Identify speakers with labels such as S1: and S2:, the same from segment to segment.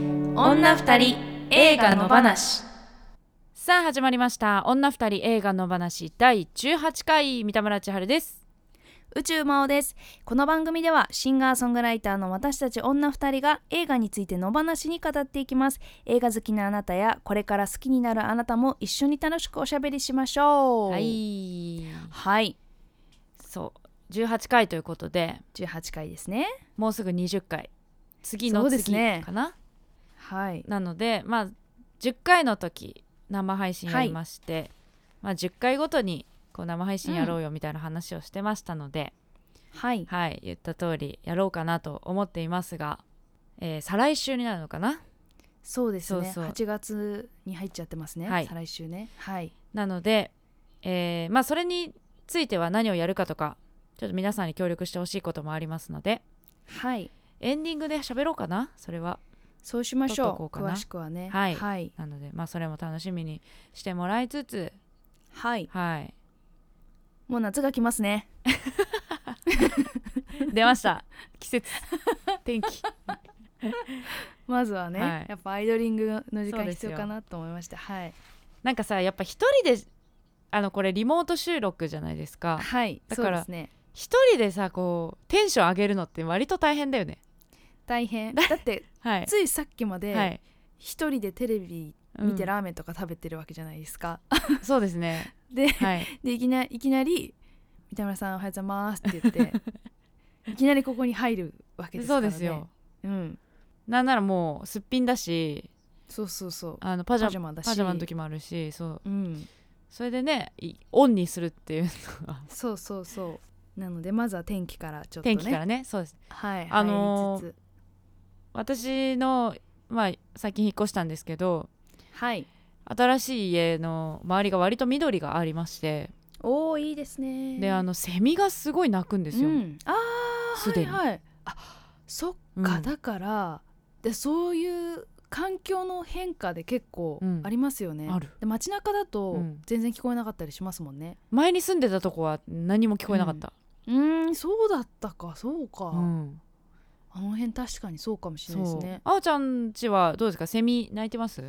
S1: 女二人映画の話
S2: さあ始まりました女二人映画の話第18回三田村千春です
S1: 宇宙魔王ですこの番組ではシンガーソングライターの私たち女二人が映画についての話に語っていきます映画好きなあなたやこれから好きになるあなたも一緒に楽しくおしゃべりしましょう
S2: はい
S1: はい
S2: そう18回ということで
S1: 18回ですね
S2: もうすぐ20回次の
S1: そうです
S2: 次
S1: ね
S2: かな、
S1: はい
S2: なのでまあ10回の時生配信やりまして、まあ10回ごとにこう生配信やろうよみたいな話をしてましたので、
S1: はい
S2: はい言った通りやろうかなと思っていますが、えー再来週になるのかな
S1: そうですね
S2: そうそう
S1: 8月に入っちゃってますね、
S2: はい
S1: 再来週ねはい
S2: なので、えーまあそれについては何をやるかとかちょっと皆さんに協力してほしいこともありますので
S1: はい
S2: エンディングで喋ろうかなそれは
S1: そうしまし
S2: 撮っとこ
S1: ょ
S2: う
S1: う
S2: かな
S1: 詳しくはね
S2: はい
S1: はい、
S2: なのでまあそれも楽しみにしてもらいつつ
S1: はい、
S2: はい
S1: もう夏が来ますね
S2: 出ました 季節天気
S1: まずはね、
S2: はい
S1: やっぱアイドリングの時
S2: そう
S1: 間
S2: です
S1: 必
S2: よ
S1: 要かなと思いましたはい
S2: なんかさやっぱ一人であのこれリモート収録じゃないですか
S1: はい
S2: だから
S1: そうですね
S2: 一人でさこうテンション上げるのって割と大変だよね
S1: 大変だって
S2: はい
S1: ついさっきま
S2: は
S1: で
S2: い
S1: 一人でテレビ
S2: うん
S1: 見てラーメンとか食べてるわけじゃないですか、
S2: そうですね
S1: で
S2: はい
S1: でいきないきなり「三田村さんおはようございます」って言 っていきなりここに入るわけですか
S2: そ
S1: ら
S2: う
S1: ね
S2: ですよ
S1: うん
S2: なんならもうすっぴんだし
S1: そうそうそう
S2: あのパジ
S1: パ
S2: ャマ
S1: ジャマだし
S2: パジャマの時もあるしそう
S1: うん
S2: それでねいオンにするっていうのが、
S1: そうそうそうなのでまずは天気からちょっとね
S2: 天気からねそうです
S1: はい
S2: あのー
S1: 入りつ
S2: 私の、まあ、最近引っ越したんですけど
S1: つはい
S2: 新しい家の周りが割と緑がありまして
S1: おーいいですね
S2: であのセミがすごい鳴くんですよ、
S1: うん、ああ
S2: すでに
S1: はいはい、あそっか、
S2: うん
S1: だからでそういう環境の変化で結構
S2: うん
S1: ありますよね、
S2: ある
S1: で街中だと
S2: うん
S1: 全然聞こえなかったりしますもんね
S2: 前に住んでたとこは何も聞こえなかった、
S1: うーんそうだったかそうか、
S2: うん
S1: あの辺確かにそうかもしれないです
S2: そう
S1: ね
S2: あおちゃんちはどうですかセミ鳴いてます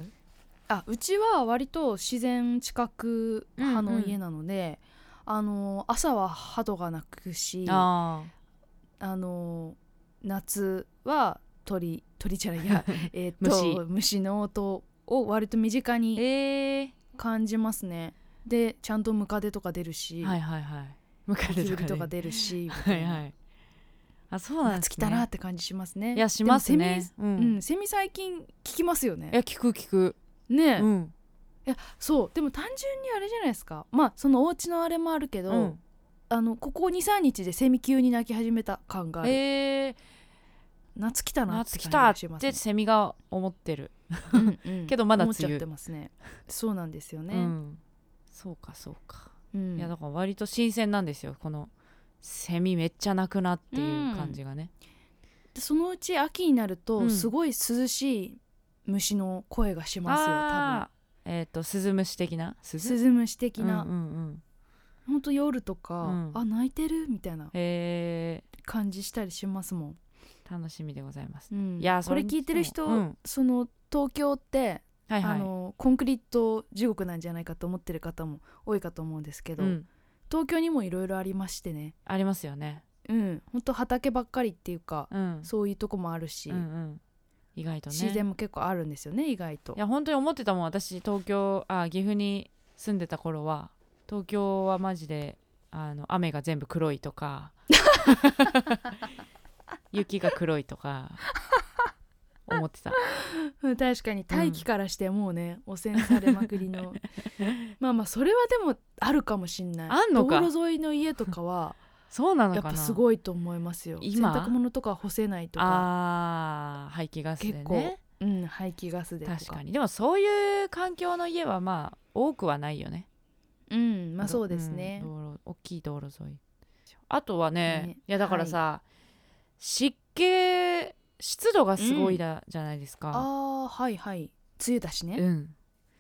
S1: あうちは割と自然近く派
S2: うん
S1: の
S2: うん
S1: 家なので、あの朝は鳩が鳴くし
S2: あ
S1: あの夏は鳥鳥じゃないやえっと
S2: 虫
S1: 虫の音を割と身近
S2: ー
S1: に
S2: え
S1: 感じますねでちゃんとムカデとか出るし、
S2: ー、はいはいはい迎
S1: ゴキブリ
S2: え
S1: とか
S2: で
S1: 出るし
S2: はいはいあそうなんで
S1: 夏
S2: す、ね、
S1: 来たなって感じしますね
S2: いやしますねう
S1: でもセミ、うん、セミ最近聞きますよ
S2: いや
S1: ね
S2: 聞く聞く、
S1: ねえ、
S2: うん
S1: そうでも単純にあれじゃないですかまあそのお家のあれもあるけど、
S2: うん、
S1: あのここ23日でセミ急に鳴き始めた感がある、
S2: えー、
S1: 夏来たなって
S2: 夏
S1: 感じ
S2: 来た
S1: が
S2: っ
S1: します
S2: てセミが思ってる、
S1: うんうん
S2: けどまだ梅雨
S1: 思っちゃってますねそうなんですよね、
S2: うん、そうかそうか、
S1: うん
S2: いやだから割と新鮮なんですよこのセミめっちゃ鳴くなっていう感じがね、
S1: でそのうち秋になると、
S2: うん
S1: すごい涼しい虫の声がしますよ多
S2: あーえっ、とスズムシ的なス
S1: 分スズムシ的な、
S2: うんうんうん
S1: ほんと夜とか、
S2: うん
S1: あ泣いてるみたいな
S2: え
S1: 感じしたりしますもん、
S2: ー、楽しみでございます、
S1: うん
S2: いやそ
S1: これ
S2: れ
S1: 聞いてる人、
S2: うん
S1: その東京って、
S2: はいはい
S1: あのコンクリート地獄なんじゃないかと思ってる方も多いかと思うんですけど、
S2: うん、
S1: 東京にもいろいろありましてね
S2: ありますよね、
S1: うんほんと畑ばっかりっていうか、
S2: うん、
S1: そういうとこもあるし、
S2: うんうん意外とね
S1: 自然も結構あるんですよね意外と
S2: いや本当に思ってたもん私東京あ岐阜に住んでた頃は東京はマジであの雨が全部黒い とか雪が黒いとか思ってた
S1: うん確かに大気からしてもうね、汚染されまくり のまあまあそれはでもあるかもしんない
S2: あんのか
S1: 道路沿いの家とかは
S2: そうなの
S1: やっ
S2: かな
S1: ぱすごいと思いますよ
S2: 今
S1: 洗濯物とか干せないとか、
S2: あー排気ガスで
S1: 結構
S2: ね
S1: うん、排気ガスでとか
S2: 確かにでもそういう環境の家はまあ多くはないよね
S1: うんまあそうですね、
S2: うん道路大きい道路沿いあとはね
S1: ね
S2: いやだからさ、湿気湿度がすごいだ、じゃないですか
S1: ああはいはい梅雨だしね、
S2: うん、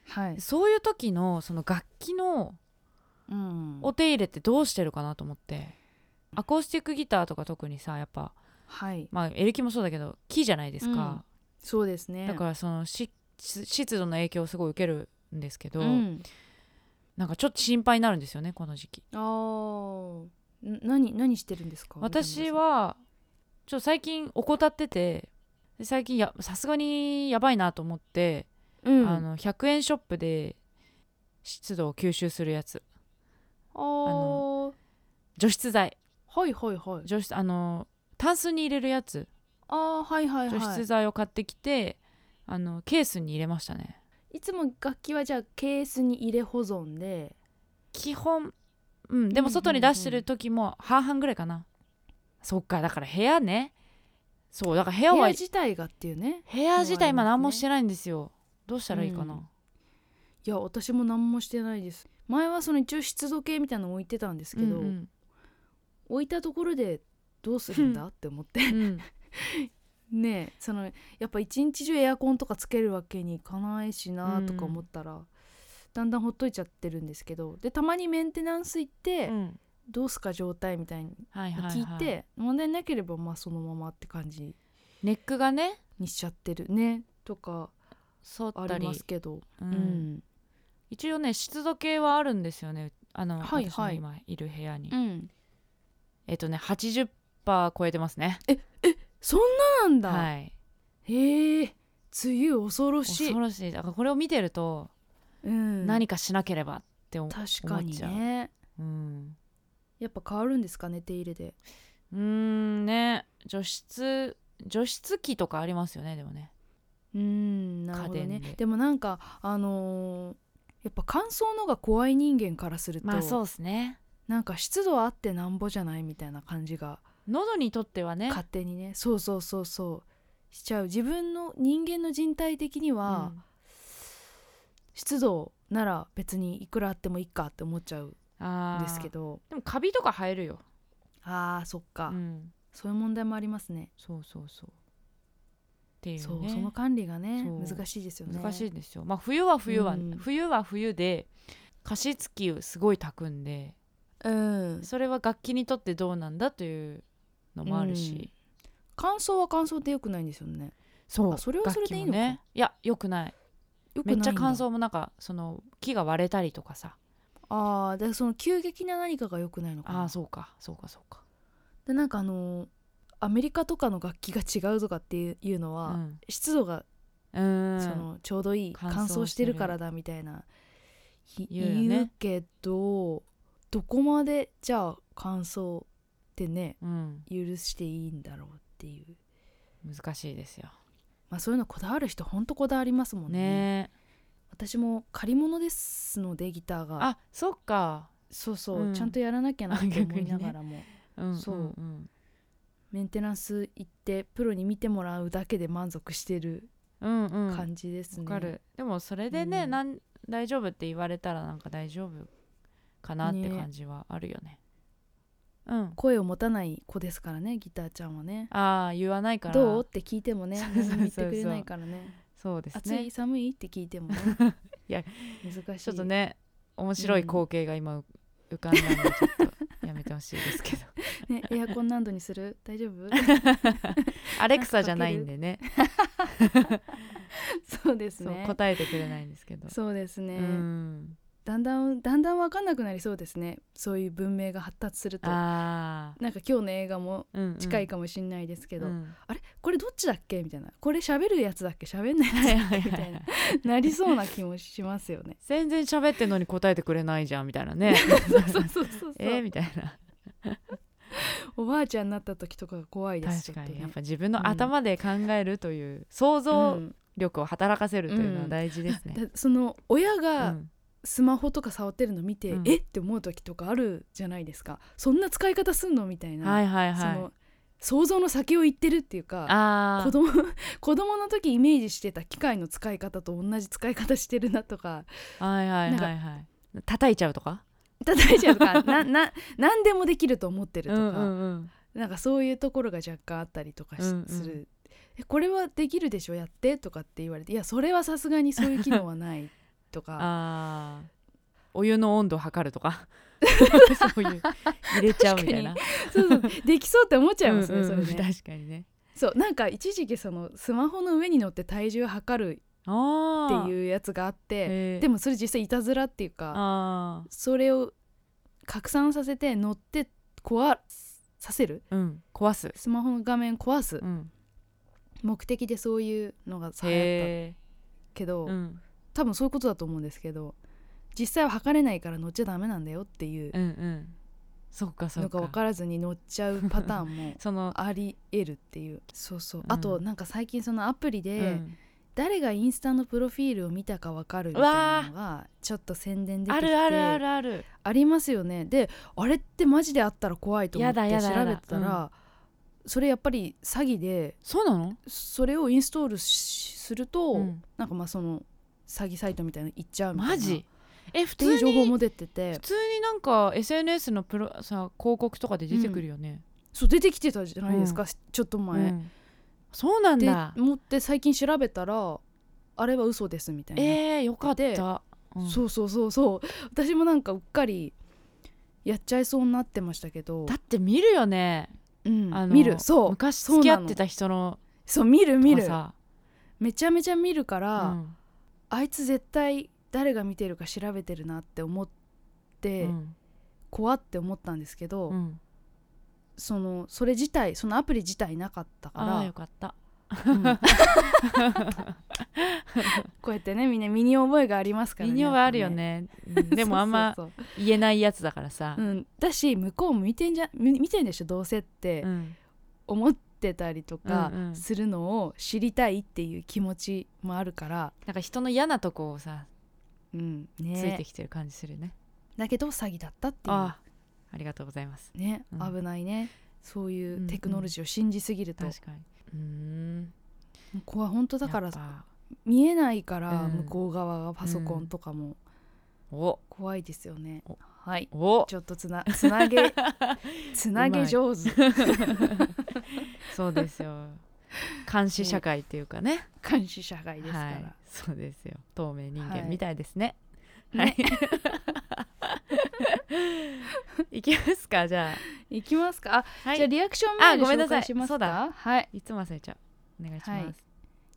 S1: はい、
S2: そういう時のその楽器の
S1: うん、
S2: お手入れってどうしてるかなと思ってアコースティックギターとか特にさやっぱ、
S1: はい
S2: まあ、エレキもそうだけど木じゃないですか、
S1: そうですね
S2: だからそのし湿度の影響をすごい受けるんですけど、
S1: うん、
S2: なんかちょっと心配になるんですよねこの時期
S1: あーん何何してるんですか
S2: 私はちょっと最近怠っててで最近やさすがにやばいなと思って、
S1: 三田村さん、うん、
S2: あの100円ショップで湿度を吸収するやつ
S1: あの
S2: 除湿剤
S1: はいはいはい
S2: 除湿あのタンスに入れるやつ
S1: あーはいはい
S2: 除
S1: は
S2: 湿剤を買ってきて、あのケースに入れましたね
S1: いいつも楽器はじゃあケースに入れ保存で
S2: 基本うんでも外に出してる時も半々ぐらいかな、そっかだから部屋ねそうだから部
S1: 部
S2: 屋
S1: 屋
S2: は
S1: 自体がっていうね
S2: 部屋自体今何もしてないんですよどうしたらいいかな、
S1: うんいや私も何もしてないです前はその一応湿度計みたいなの置いてたんですけど、
S2: うんうん
S1: 置いたところでどうするん だって思って
S2: うん
S1: ねえそのやっぱ一日中エアコンとかつけるわけにいかないしなとか思ったら、だんだんほっといちゃってるんですけどでたまにメンテナンス行って、
S2: うん
S1: どうすか状態みたいに
S2: はいはい、はい、
S1: 聞いて、問題なければまあそのままって感じ
S2: ネックがね
S1: にしちゃってるねとか
S2: 反っ
S1: あ
S2: た
S1: り
S2: り
S1: ますけど、
S2: う
S1: うんん
S2: 一応ね湿度計はあるんですよねあの、
S1: はい
S2: 私の
S1: はい
S2: 今いる部屋に、
S1: うん
S2: えっとね80%超えてますね
S1: そんななんだ、
S2: はい
S1: へえ梅雨恐ろしい
S2: 恐ろしいだからこれを見てると、
S1: うん、
S2: 何かしなければって思
S1: 確か
S2: 思っ
S1: に
S2: ちゃ
S1: ね
S2: ううん
S1: やっぱ変わるんですかね手入れで
S2: うーんね除湿除湿機とかありますよねでもね
S1: うんなるほど
S2: 家
S1: ね
S2: 電で
S1: でもなんかあのーやっぱ乾燥のが怖い人間からすると、
S2: まあそうですね
S1: なんか湿度あってなんぼじゃないみたいな感じが
S2: 喉にとってはね
S1: 勝手にねそうそうそうそうしちゃう自分の人間の人体的には、
S2: うん
S1: 湿度なら別にいくらあってもいいかって思っちゃうん
S2: あー
S1: ですけど
S2: でもカビとか生えるよ、
S1: あーそっか、
S2: うん、
S1: そういう問題もありますね
S2: そうそうそうっていうね
S1: そうその管理がね
S2: そう
S1: 難しいですよね
S2: 難しいですよ、まあ冬は冬は、
S1: うん
S2: 冬は冬で加湿器をすごい炊くんで
S1: うん
S2: それは楽器にとってどうなんだというのもあるし、
S1: うん乾燥は乾燥で良くないんですよね
S2: そう
S1: あそれはそれでいいのか
S2: 楽器もねいやよくない
S1: よくな
S2: め
S1: い
S2: っ
S1: ん
S2: ち
S1: だ
S2: ゃ乾燥もなんかその木が割れたりとかさ
S1: ああでその急激な何かが良くないのか
S2: あ
S1: な
S2: あそうかそうかそうか
S1: でなんかあのーアメリカとかの楽器が違うとかっていういうのは、
S2: うん
S1: 湿度が
S2: うーん
S1: そのちょうどいい
S2: 乾燥
S1: 乾燥してるからだみたいなひ
S2: 言うよね
S1: 言うけどどこまでじゃあ乾燥ってね
S2: うん、
S1: 許していいんだろうっていう
S2: 難しいですよ
S1: まあそういうのこだわる人ほんとこだわりますもんね
S2: ねえ
S1: 私も借り物ですのでギターが
S2: あそっか、
S1: そうそう、
S2: うん
S1: ちゃんとやらなきゃなって思いながらも、
S2: うん、
S1: そうん
S2: うん
S1: メンテナンス行ってプロに見てもらうだけで満足してる
S2: うんうんわ
S1: 感じですね、
S2: かるでもそれでね、
S1: うん
S2: なん大丈夫って言われたらなんか大丈夫かなって
S1: ね
S2: 感じはあるよねうん
S1: 声を持たない子ですからねギターちゃんはね
S2: ああ言わないから
S1: どうって聞いてもね
S2: そうそう
S1: 何も
S2: そう
S1: 言ってくれないからね
S2: そうです
S1: 暑
S2: ね
S1: い寒いって聞いてもね
S2: いや
S1: 難しい
S2: ちょっとね面白い光景が今う浮かんだんでちょっとやめてほしいです けど
S1: ねエアコン何度にする大丈 夫
S2: アレクサじゃないんでね
S1: そうです
S2: そう
S1: ね
S2: 答えてくれないんですけど
S1: そうですね、
S2: うん
S1: だんだんだんだん分かんなくなりそうですねそういう文明が発達するとな
S2: あ
S1: んか今日の映画も
S2: ー、うんうん
S1: 近いかもしんないですけど、
S2: うん
S1: あれこれどっちだっけみたいなこれ喋るやつだっけ喋んない
S2: はい
S1: やつだっ
S2: はい
S1: けみ
S2: は
S1: たい
S2: いは
S1: ないなりそうな気もしますよね
S2: 全然喋ってんのに答えてくれないじゃんみたいなね
S1: そうそうそうそうそう、
S2: えーみたいな
S1: おばあちゃんになった時とかが怖いです
S2: 確
S1: ち
S2: か
S1: ょっと
S2: に
S1: ね
S2: やっぱ自分の頭で考えるという、想像力を働かせるというのは大事ですね、
S1: うんだその親
S2: う
S1: が
S2: ん
S1: スマホとか触ってるの見て、
S2: うん
S1: えって思う時とかあるじゃないですかそんな使い方すんのみたいな、
S2: はいはい
S1: そ
S2: はい
S1: の想像の先を言ってるっていうか
S2: あ
S1: 子
S2: ー
S1: 供 子供の時イメージしてた機械の使い方と同じ使い方してるなとか
S2: はいはいはいはい叩いちゃうとか
S1: 叩いちゃうとかなな何でもできると思ってるとか、
S2: うんうんうん
S1: なんかそういうところが若干あったりとかし
S2: うんうん
S1: する「えこれはできるでしょやって」とかって言われて「いやそれはさすがにそういう機能はない」とか
S2: あーお湯の温度を測る とかそういう入れちゃうみたいな
S1: そうそうできそうって思っちゃいますね、
S2: うんうん
S1: それね
S2: 確かにね
S1: そうなんか一時期そのスマホの上に乗って体重測る
S2: あ
S1: って
S2: う
S1: いうやつがあって
S2: で
S1: で
S2: も
S1: もそれ実際いたずらっていうか
S2: あ
S1: それを拡散させて乗って壊させる
S2: ーうん壊す、
S1: スマホの画面壊す
S2: うん、
S1: 目的でそういうのが流行っ
S2: へ
S1: たけど、
S2: ーうん
S1: 多分そういうことだと思うんですけど実際は測れないから乗っちゃダメなんだよっていう
S2: うんうんそうかそ
S1: の
S2: う
S1: が
S2: か
S1: 分からずに乗っちゃうパターン も
S2: その
S1: あり得るっていうそうそう、
S2: うん
S1: あとなんか最近そのアプリで、
S2: うん
S1: 誰がインスタのプロフィールを見たか分かるみたいなのがちょっと宣伝出て
S2: あ
S1: きて
S2: るあるあるある
S1: ありますよねであれってマジであったら怖いと思って調
S2: やだ
S1: べ
S2: や
S1: て
S2: だ
S1: た
S2: やだ
S1: らそれやっぱり詐欺で
S2: そうなの
S1: それをインストールしすると、
S2: うん
S1: なんかまあその詐欺サイトみたいなの行っちゃうみたいな
S2: マジえ普
S1: っていう
S2: 通
S1: 情報
S2: に
S1: も出てて
S2: 普通になんか SNS のプロさ広告とかで出てくるよね、
S1: そう出てきてたじゃないですか、ちょっと
S2: う
S1: 前。
S2: んそうなん
S1: で
S2: だ
S1: 思って最近調べたらあれは嘘ですみたいな、
S2: えー、よかっ
S1: で
S2: た、うん
S1: そうそうそうそう私もなんかうっかりやっちゃいそうになってましたけど
S2: だって見るよね
S1: うん
S2: あの
S1: 見るそう
S2: 昔
S1: そう
S2: 付き合
S1: なの
S2: ってた人の
S1: そう見る見
S2: とか
S1: る
S2: さ
S1: めちゃめちゃ見るから、
S2: うん
S1: あいつ絶対誰が見てるか調べてるなって思って、
S2: うん
S1: 怖って思ったんですけど、
S2: うん
S1: そのそれ自体そのアプリ自体なかったか
S2: ああ
S1: ら、
S2: よかった
S1: うん こうやってねみんな身に覚えがありますからね
S2: 身に覚えあるよ
S1: やっ
S2: ね
S1: ぱね
S2: でもあんま
S1: そうそうそう
S2: 言えないやつだからさ
S1: うん、だし向こうも見てんじゃみ見てんでしょどうせって
S2: うん
S1: 思ってたりとか
S2: うんうん
S1: するのを知りたいっていう気持ちもあるから、
S2: なんか人の嫌なとこをさ
S1: うん
S2: つい
S1: ね
S2: て、きてる感じするね
S1: だけど詐欺だったってい
S2: あ
S1: う
S2: あありがとうございます
S1: ね、
S2: うん
S1: 危ないねそうい
S2: んう
S1: うんテクノロジーを信じすぎると、
S2: 確かにうーん
S1: 怖い本当だか
S2: や
S1: ら
S2: っぱ
S1: 見えないから
S2: うん
S1: 向こう側がパソコンとかも
S2: お
S1: 怖いですよね、
S2: お
S1: はい
S2: お
S1: ちょっとつなつなげつなげ上手
S2: そうですよ監視社会っていうかね
S1: 監視社会ですか
S2: は
S1: ら、
S2: いそうですよ透明人
S1: はい
S2: 間みたいですねはい、い、 きますかじゃ
S1: いきますかあ、
S2: あは
S1: じゃあ
S2: い
S1: リアクションメール
S2: あごめんな
S1: 紹
S2: さい
S1: 介しますか
S2: そうだ
S1: はい
S2: いつも忘れちゃうお願いします、
S1: はい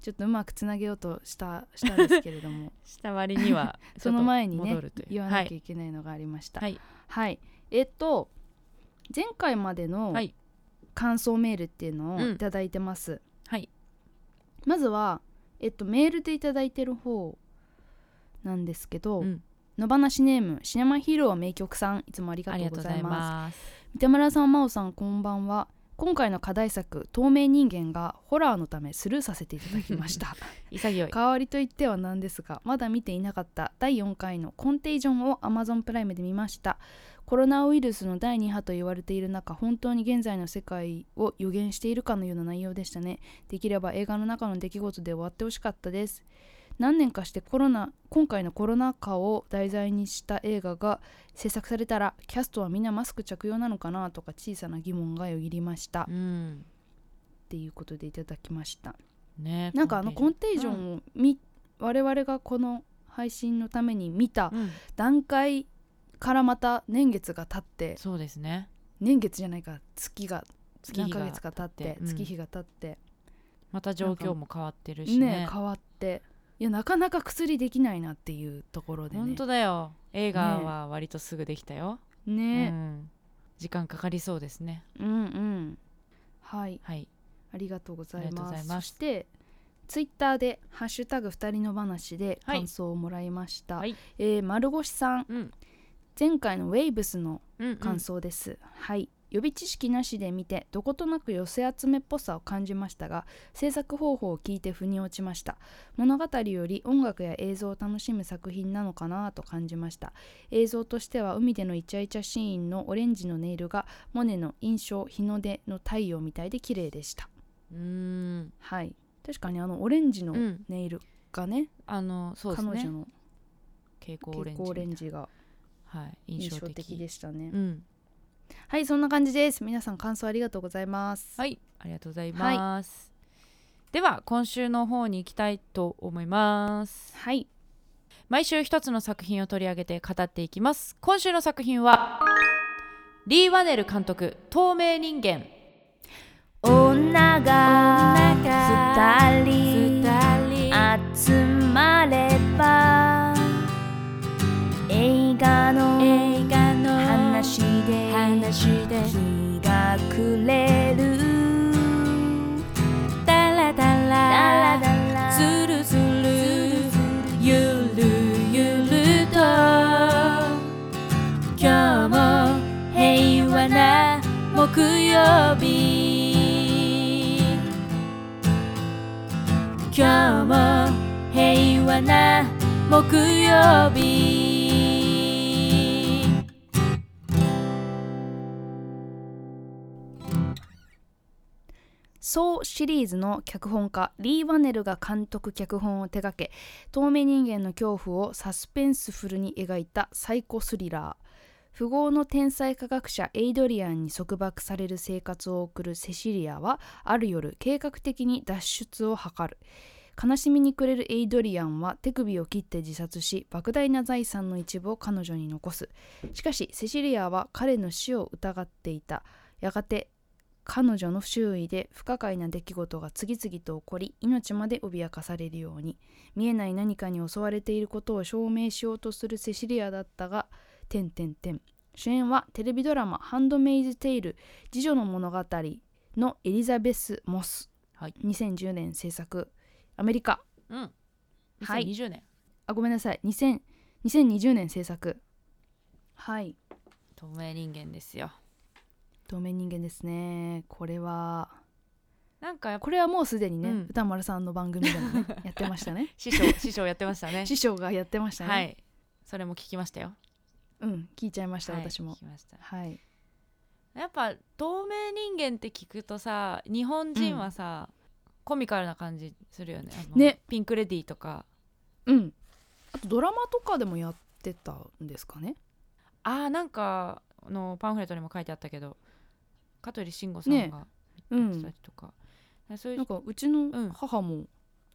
S1: ちょっとうまくつなげようとした したんですけれども
S2: した割には
S1: その前にね
S2: ちょっと戻るという
S1: 言わなきゃいけないのがありました
S2: は
S1: はい、
S2: い
S1: えっと前回までの
S2: はい
S1: 感想メールっていうのを
S2: うん
S1: いただいてます、
S2: はい
S1: まずはえっとメールでいただいてる方なんですけど、
S2: うん
S1: 野放しネームシネマヒーロー名曲さんいつもありが
S2: あ
S1: と
S2: り
S1: う
S2: が
S1: ご
S2: とうご
S1: ざ
S2: ざい
S1: います
S2: ます
S1: 三田村さん真央さんこんばんは今回の課題作「透明人間」がホラーのためスルーさせていただきました
S2: 潔い
S1: 代わりと言ってはなんですがまだ見ていなかった第4回の「コンテージョン」を Amazon プライムで見ましたコロナウイルスの第2波と言われている中本当に現在の世界を予言しているかのような内容でしたねできれば映画の中の出来事で終わってほしかったです何年かしてコロナ今回のコロナ禍を題材にした映画が制作されたらキャストはみんなマスク着用なのかなとか小さな疑問がよぎりましたっ
S2: うん
S1: ていうことでいただきました
S2: ね
S1: なんかあのコ
S2: コン
S1: ンテージョンを見、我々がこの配信のために見た
S2: テージうん
S1: 段階からまた年月が経って
S2: そうですね
S1: 年月じゃないか月が
S2: 月
S1: 何
S2: 日が
S1: ヶ月か経って
S2: 経ってうん
S1: 月日が経って、
S2: また状況も変わってるしね
S1: ね変わっていやなかなか薬できないなっていうところで
S2: 本
S1: ね
S2: 当だよ映画は割とすぐできたよ、う
S1: ね、
S2: ん、時間かかりそうですね
S1: うんうんはい
S2: はい
S1: ありがとうござい
S2: ありがと
S1: ま
S2: うござ
S1: す
S2: いま
S1: そ
S2: す
S1: してツイッターで「ハッシュタグ二人の話」で
S2: はい
S1: 感想をもらいました、
S2: はい
S1: えー丸腰さん
S2: うん
S1: 前回の「ウェイブスの
S2: うんうん
S1: 感想です、はい予備知識なしで見てどことなく寄せ集めっぽさを感じましたが制作方法を聞いて腑に落ちました物語より音楽や映像を楽しむ作品なのかなと感じました映像としては海でのイチャイチャシーンのオレンジのネイルがモネの印象日の出の太陽みたいで綺麗でした
S2: うーん
S1: はい確かにあのオレンジの
S2: うん
S1: ネイルがね、
S2: あのそうで
S1: 彼
S2: す
S1: 女
S2: ね
S1: の
S2: 蛍光オレ
S1: 蛍
S2: ンジ
S1: 光オレンジが
S2: はい印
S1: 印
S2: 象
S1: 象
S2: 的
S1: 的でしたね
S2: うん
S1: はいそんな感じです皆さん感想ありがとうございます
S2: はいありがとうございます、では今週の方に行きたいと思います
S1: はい
S2: 毎週一つの作品を取り上げて語っていきます今週の作品はリー・ワネル監督透明人間
S1: 女が二人
S2: 人
S1: 集まれば映画の
S2: 映画の
S1: 話で
S2: で
S1: 日が暮れる
S2: ダラダ
S1: だら
S2: ラ
S1: だら
S2: ずるずるゆるゆると今日も平和な木曜日今日も平和な木曜日
S1: そうシリーズの脚本家リー・ワネルが監督脚本を手掛け透明人間の恐怖をサスペンスフルに描いたサイコスリラー富豪の天才科学者エイドリアンに束縛される生活を送るセシリアはある夜計画的に脱出を図る悲しみに暮れるエイドリアンは手首を切って自殺し莫大な財産の一部を彼女に残すしかしセシリアは彼の死を疑っていたやがて彼女の周囲で不可解な出来事が次々と起こり命まで脅かされるように見えない何かに襲われていることを証明しようとするセシリアだったが「てんてんてん」主演はテレビドラマ「ハンドメイズ・テイル次女の物語」のエリザベス・モス、
S2: はい
S1: 2010年制作アメリカ
S2: うん
S1: はい
S2: 2020年
S1: あごめんなさい2000 2020年制作はい
S2: 透明人間ですよ
S1: 透明人間ですねこれは
S2: なんかやっぱ
S1: これはもうすでにね、
S2: うん
S1: 歌丸さんの番組でもねやってましたね
S2: 師匠 師匠やってましたね
S1: 師匠がやってましたね、
S2: はいそれも聞きましたよ
S1: うん聞いちゃいました、
S2: はい
S1: 私も
S2: 聞きました
S1: はい
S2: やっぱ透明人間って聞くとさ日本人はさ、コミカルな感じするよねあの
S1: ね
S2: ピンク・レディーとか
S1: うんあとドラマとかでもやってたんですかね
S2: あーなんかあのパンフレットにも書いてあったけど香取慎吾さんが
S1: ね
S2: や
S1: う
S2: ってた
S1: ん
S2: りとか,、そうい
S1: な
S2: うん
S1: かうちの
S2: ん
S1: 母も、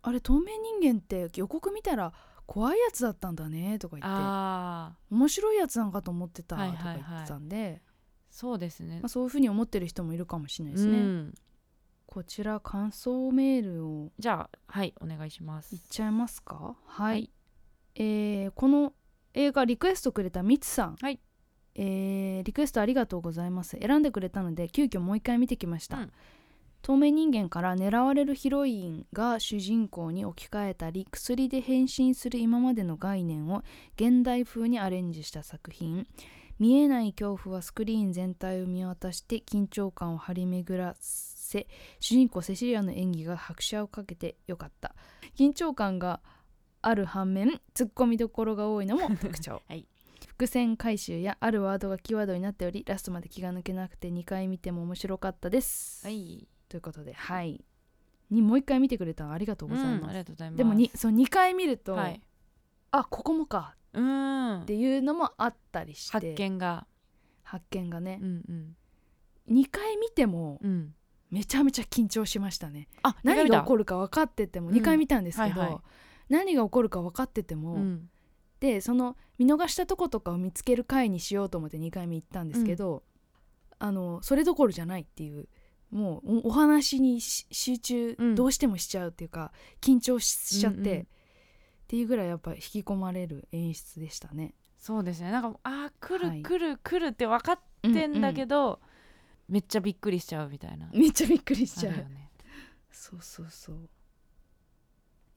S1: あれ透明人間って予告見たら怖いやつだったんだねとか言って
S2: あー
S1: 面白いやつなんかと思ってたと
S2: はい
S1: か
S2: はいは
S1: 言
S2: い
S1: ってたんで、
S2: そうですね
S1: まあ、そういうふうに思ってる人もいるかもしれないです
S2: う
S1: ね、
S2: ん、
S1: こちら感想メールを
S2: じゃあはいお願いします
S1: いっちゃいますかはい、
S2: はい
S1: えーこの映画リクエストくれたみつさん
S2: はい
S1: えーリクエストありがとうございます選んでくれたので急遽もう一回見てきました、
S2: うん
S1: 透明人間から狙われるヒロインが主人公に置き換えたり薬で変身する今までの概念を現代風にアレンジした作品見えない恐怖はスクリーン全体を見渡して緊張感を張り巡らせ主人公セシリアの演技が拍車をかけてよかった緊張感がある反面ツッコミどころが多いの も特徴
S2: はい
S1: 伏線回収やあるワードがキーワードになっておりラストまで気が抜けなくて2回見ても面白かったです、
S2: はい
S1: ということではいにもう1回見てくれたのありがとうござい
S2: うんあ
S1: ます、
S2: りがとうございます
S1: でもにそう2回見ると、
S2: はい
S1: あここもか
S2: うん
S1: っていうのもあったりして
S2: 発見が
S1: 発見がね
S2: う、んうん
S1: 2回見ても
S2: うん
S1: めちゃめちゃ緊張しましたね
S2: あ
S1: 何が起こ
S2: る
S1: るか分かってても
S2: うん
S1: 2回見たんですけど、
S2: はいはい
S1: 何が起こるか分かってても、
S2: うん
S1: でその見逃したとことかを見つける回にしようと思って2回目行ったんですけど、あのそれどころじゃないっていうもうおお話にし集中
S2: うん
S1: どうしてもしちゃうっていうか、緊張ししちゃって、
S2: うんうん
S1: っていうぐらいやっぱ引き込まれる演出でしたね。
S2: そうですねなんかあー来
S1: は
S2: る
S1: い
S2: 来る来るって分かってんだけど、めっちゃびっくりしちゃうみたいな。
S1: うんうんめっちゃびっくりしちゃ
S2: あ
S1: う
S2: る。よね
S1: そうそうそう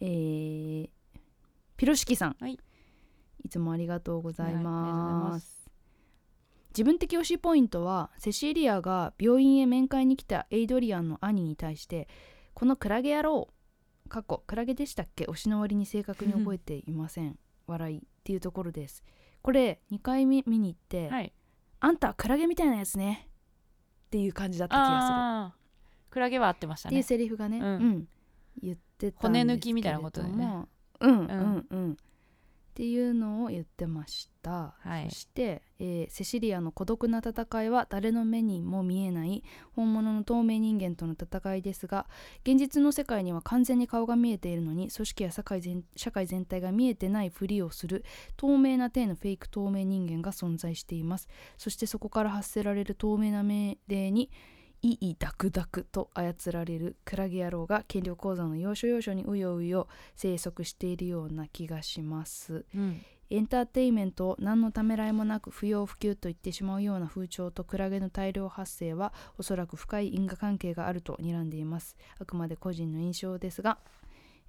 S1: えー、ピロシキさん、
S2: はい、
S1: いつもありがとうござい
S2: はいありがとうござい
S1: ま
S2: ます
S1: 自分的推しポイントはセシリアが病院へ面会に来たエイドリアンの兄に対して「このクラゲ野郎」過去クラゲでしたっけ推しの割に正確に覚えていません笑いっていうところですこれ2回目見に行って、
S2: はい。
S1: あんたはクラゲみたいなやつね」っていう感じだった気がする
S2: あークラゲは合ってまし
S1: ったていう
S2: ね。
S1: セリフがね、
S2: う
S1: うんん言ってたんですけれども
S2: 骨抜きみたいなことだよね
S1: うんうんんうん、っていうのを言ってました、
S2: はい
S1: そして、えーセシリアの孤独な戦いは誰の目にも見えない本物の透明人間との戦いですが現実の世界には完全に顔が見えているのに組織や社会全社会全体が見えてないふりをする透明な体のフェイク透明人間が存在していますそしてそこから発せられる透明な命令にいいダクダクと操られるクラゲ野郎が権力講座の要所要所にうようよ生息しているような気がします
S2: うん
S1: エンターテインメントを何のためらいもなく不要不急と言ってしまうような風潮とクラゲの大量発生はおそらく深い因果関係があると睨んでいますあくまで個人の印象ですが、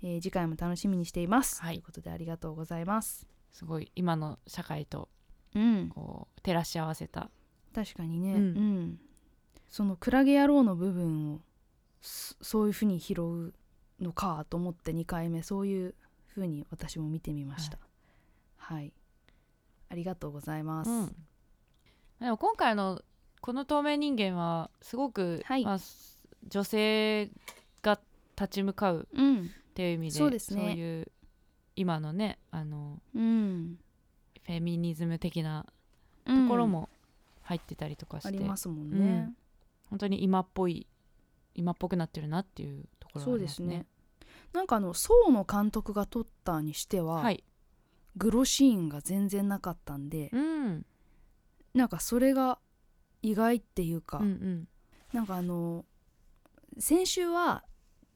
S1: えー次回も楽しみにしています、
S2: はい
S1: ということでありがとうございます
S2: すごい今の社会と
S1: うん
S2: こう照らし合わせた
S1: 確かにね、う
S2: うんん
S1: そのクラゲ野郎の部分をそそういうふうに拾うのかと思って2回目そういうふうに私も見てみましたはい、ありがとうございます、
S2: うん、でも今回のこの透明人間はすごく、
S1: はい
S2: まあ、す女性が立ち向かう
S1: うん
S2: っていう意味で
S1: そうですね
S2: そういう今のねあの
S1: うん、
S2: フェミニズム的な
S1: と
S2: ところも入ってたりとかし
S1: あ
S2: て、
S1: りますもんね、
S2: 本当に今っぽい今っぽくなってるなっていうところ
S1: そ
S2: はあ
S1: う
S2: り
S1: で
S2: ます
S1: す
S2: ね
S1: ね。なんかあの宋の監督が撮ったにしては、
S2: はい、
S1: グロシーンが全然なかったんで
S2: うん、うん
S1: なんかそれが意外っていうか、
S2: うん
S1: なんかあの先週は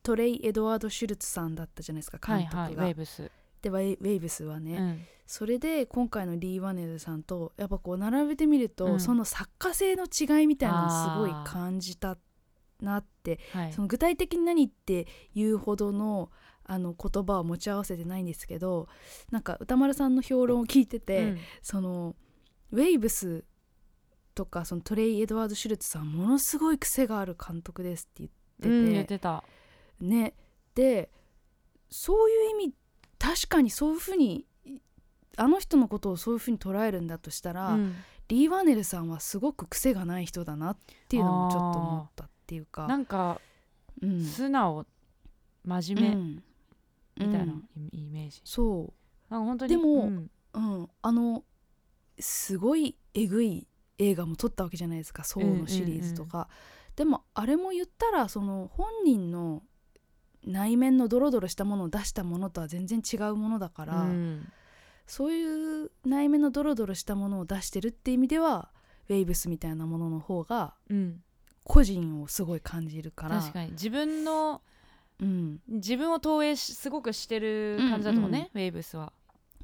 S1: トレイ・エドワード・シュルツさんだったじゃないですか
S2: は
S1: 監
S2: い
S1: 督が、
S2: はいウェーブス、
S1: でウェイウェイブスは
S2: う
S1: ね、
S2: ん、
S1: それで今回のリー・ワネルさんとやっぱこう並べてみると、
S2: うん
S1: その作家性の違いみたいなのをすごい感じたなって
S2: はい
S1: その具体的に何って言うほどのあの言葉は持ち合わせてないんですけどなんか歌丸さんの評論を聞いてて、
S2: うん
S1: そのウェイブスとかそのトレイ・エドワード・シュルツさんものすごい癖がある監督ですって言
S2: うん言
S1: っ
S2: って
S1: て、
S2: てた、
S1: ねでそういう意味確かにそういうふうにあの人のことをそういうふうに捉えるんだとしたら、
S2: うん
S1: リー・ワネルさんはすごく癖がない人だなっていうのもちょっと思ったっていうか。
S2: なんか
S1: うん
S2: 素直真
S1: う
S2: 面
S1: ん
S2: 目みたいな
S1: うん
S2: イイメージ、
S1: そ
S2: なんか本当に
S1: でも
S2: うん
S1: う、うん、あのすごいえぐい映画も撮ったわけじゃないですか「ソウのシリーズとか、でもあれも言ったらその本人の内面のドロドロしたものを出したものとは全然違うものだから、
S2: うん
S1: そういう内面のドロドロしたものを出してるって意味ではウェイブスみたいなものの方が
S2: うん
S1: 個人をすごい感じるから
S2: 確かに自分の
S1: うん、
S2: 自分を投影しすごくしてる感じだと思うね、ウェイブスは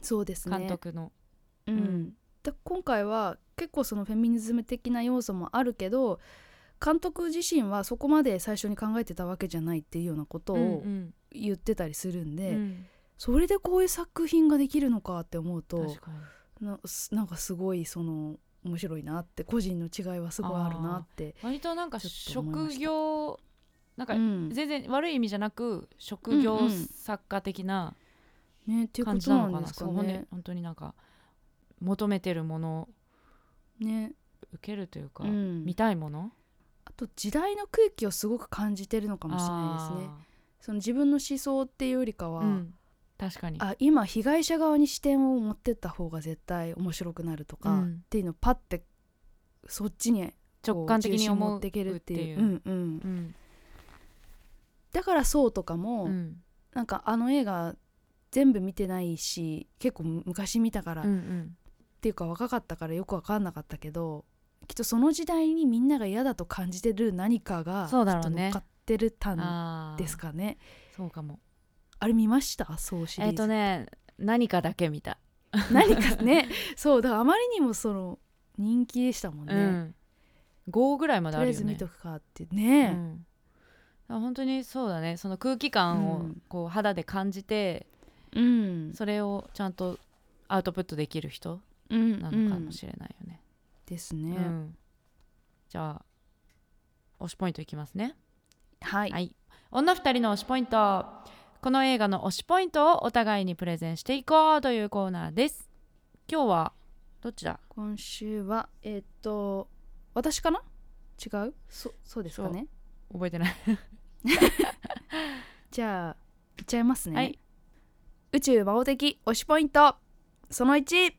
S1: そうですね
S2: 監督の、
S1: うん
S2: うん
S1: で今回は結構そのフェミニズム的な要素もあるけど監督自身はそこまで最初に考えてたわけじゃないっていうようなこと
S2: うん
S1: を
S2: うん
S1: 言ってたりするんで、
S2: うん
S1: それでこういう作品ができるのかって思うと
S2: 確かに
S1: なすなんかすごいその面白いなって個人の違いはすごいあるなって。
S2: 割となんか
S1: ちょっと思いま
S2: 職
S1: した
S2: 業なんか
S1: うん
S2: 全然悪い意味じゃなく職業
S1: うんうん
S2: 作家的な
S1: ね、っていうこ
S2: 感じ
S1: とな
S2: なのか
S1: んで
S2: な、
S1: すか
S2: そうほんで
S1: ね。
S2: 本当になんか求めてるものを
S1: ね
S2: 受けるというか、
S1: うん
S2: 見、たいもの
S1: あと時代の空気をすごく感じてるのか
S2: か
S1: もしれないですね。その自分の思想っていうよりかは、
S2: うん、確かに
S1: あ今被害者側に視点を持ってった方が絶対面白くなるとか、
S2: うん
S1: っていうのをパッてそっちに
S2: 直感的
S1: こ
S2: に
S1: う重心
S2: 思
S1: 持
S2: う
S1: っていけるっていう
S2: っていう
S1: うんうん
S2: うん
S1: だからそうとかも、
S2: うん
S1: なんかあの映画全部見てないし結構昔見たから、
S2: うんう
S1: っ
S2: ん
S1: ていうか若かったからよく分かんなかったけどきっとその時代にみんなが嫌だと感じてる何かが
S2: そうだろうね
S1: きっと乗っかってるたん
S2: あー
S1: ですかね
S2: そうかも
S1: あれ見ましたそうシリー
S2: え
S1: ズ、
S2: っとね何かだけ見た、
S1: 何かねそうだからあまりにもその人気でしたもんね、
S2: うん、5ぐらいまで
S1: と
S2: あ
S1: りあ
S2: る
S1: え
S2: よ
S1: ず
S2: ね
S1: 見とくかって
S2: う
S1: ね、
S2: ん、だから本当にそうだねその空気感
S1: う
S2: を
S1: ん
S2: こう肌で感じて、
S1: うん
S2: それをちゃんとアウトプットできる人
S1: うん
S2: なのかもしれないよね、
S1: ですね、
S2: うんじゃあ推しポイントいきますね
S1: はい、
S2: はい、女二人の推しポイントこの映画の推しポイントをお互いにプレゼンしていこうというコーナーです今日はどっちだ
S1: 今週はえっ、と私かな違うそそうですかね
S2: 覚えてない、
S1: じゃあいっちゃいますね、
S2: はい
S1: 宇宙魔王的推しポイントその1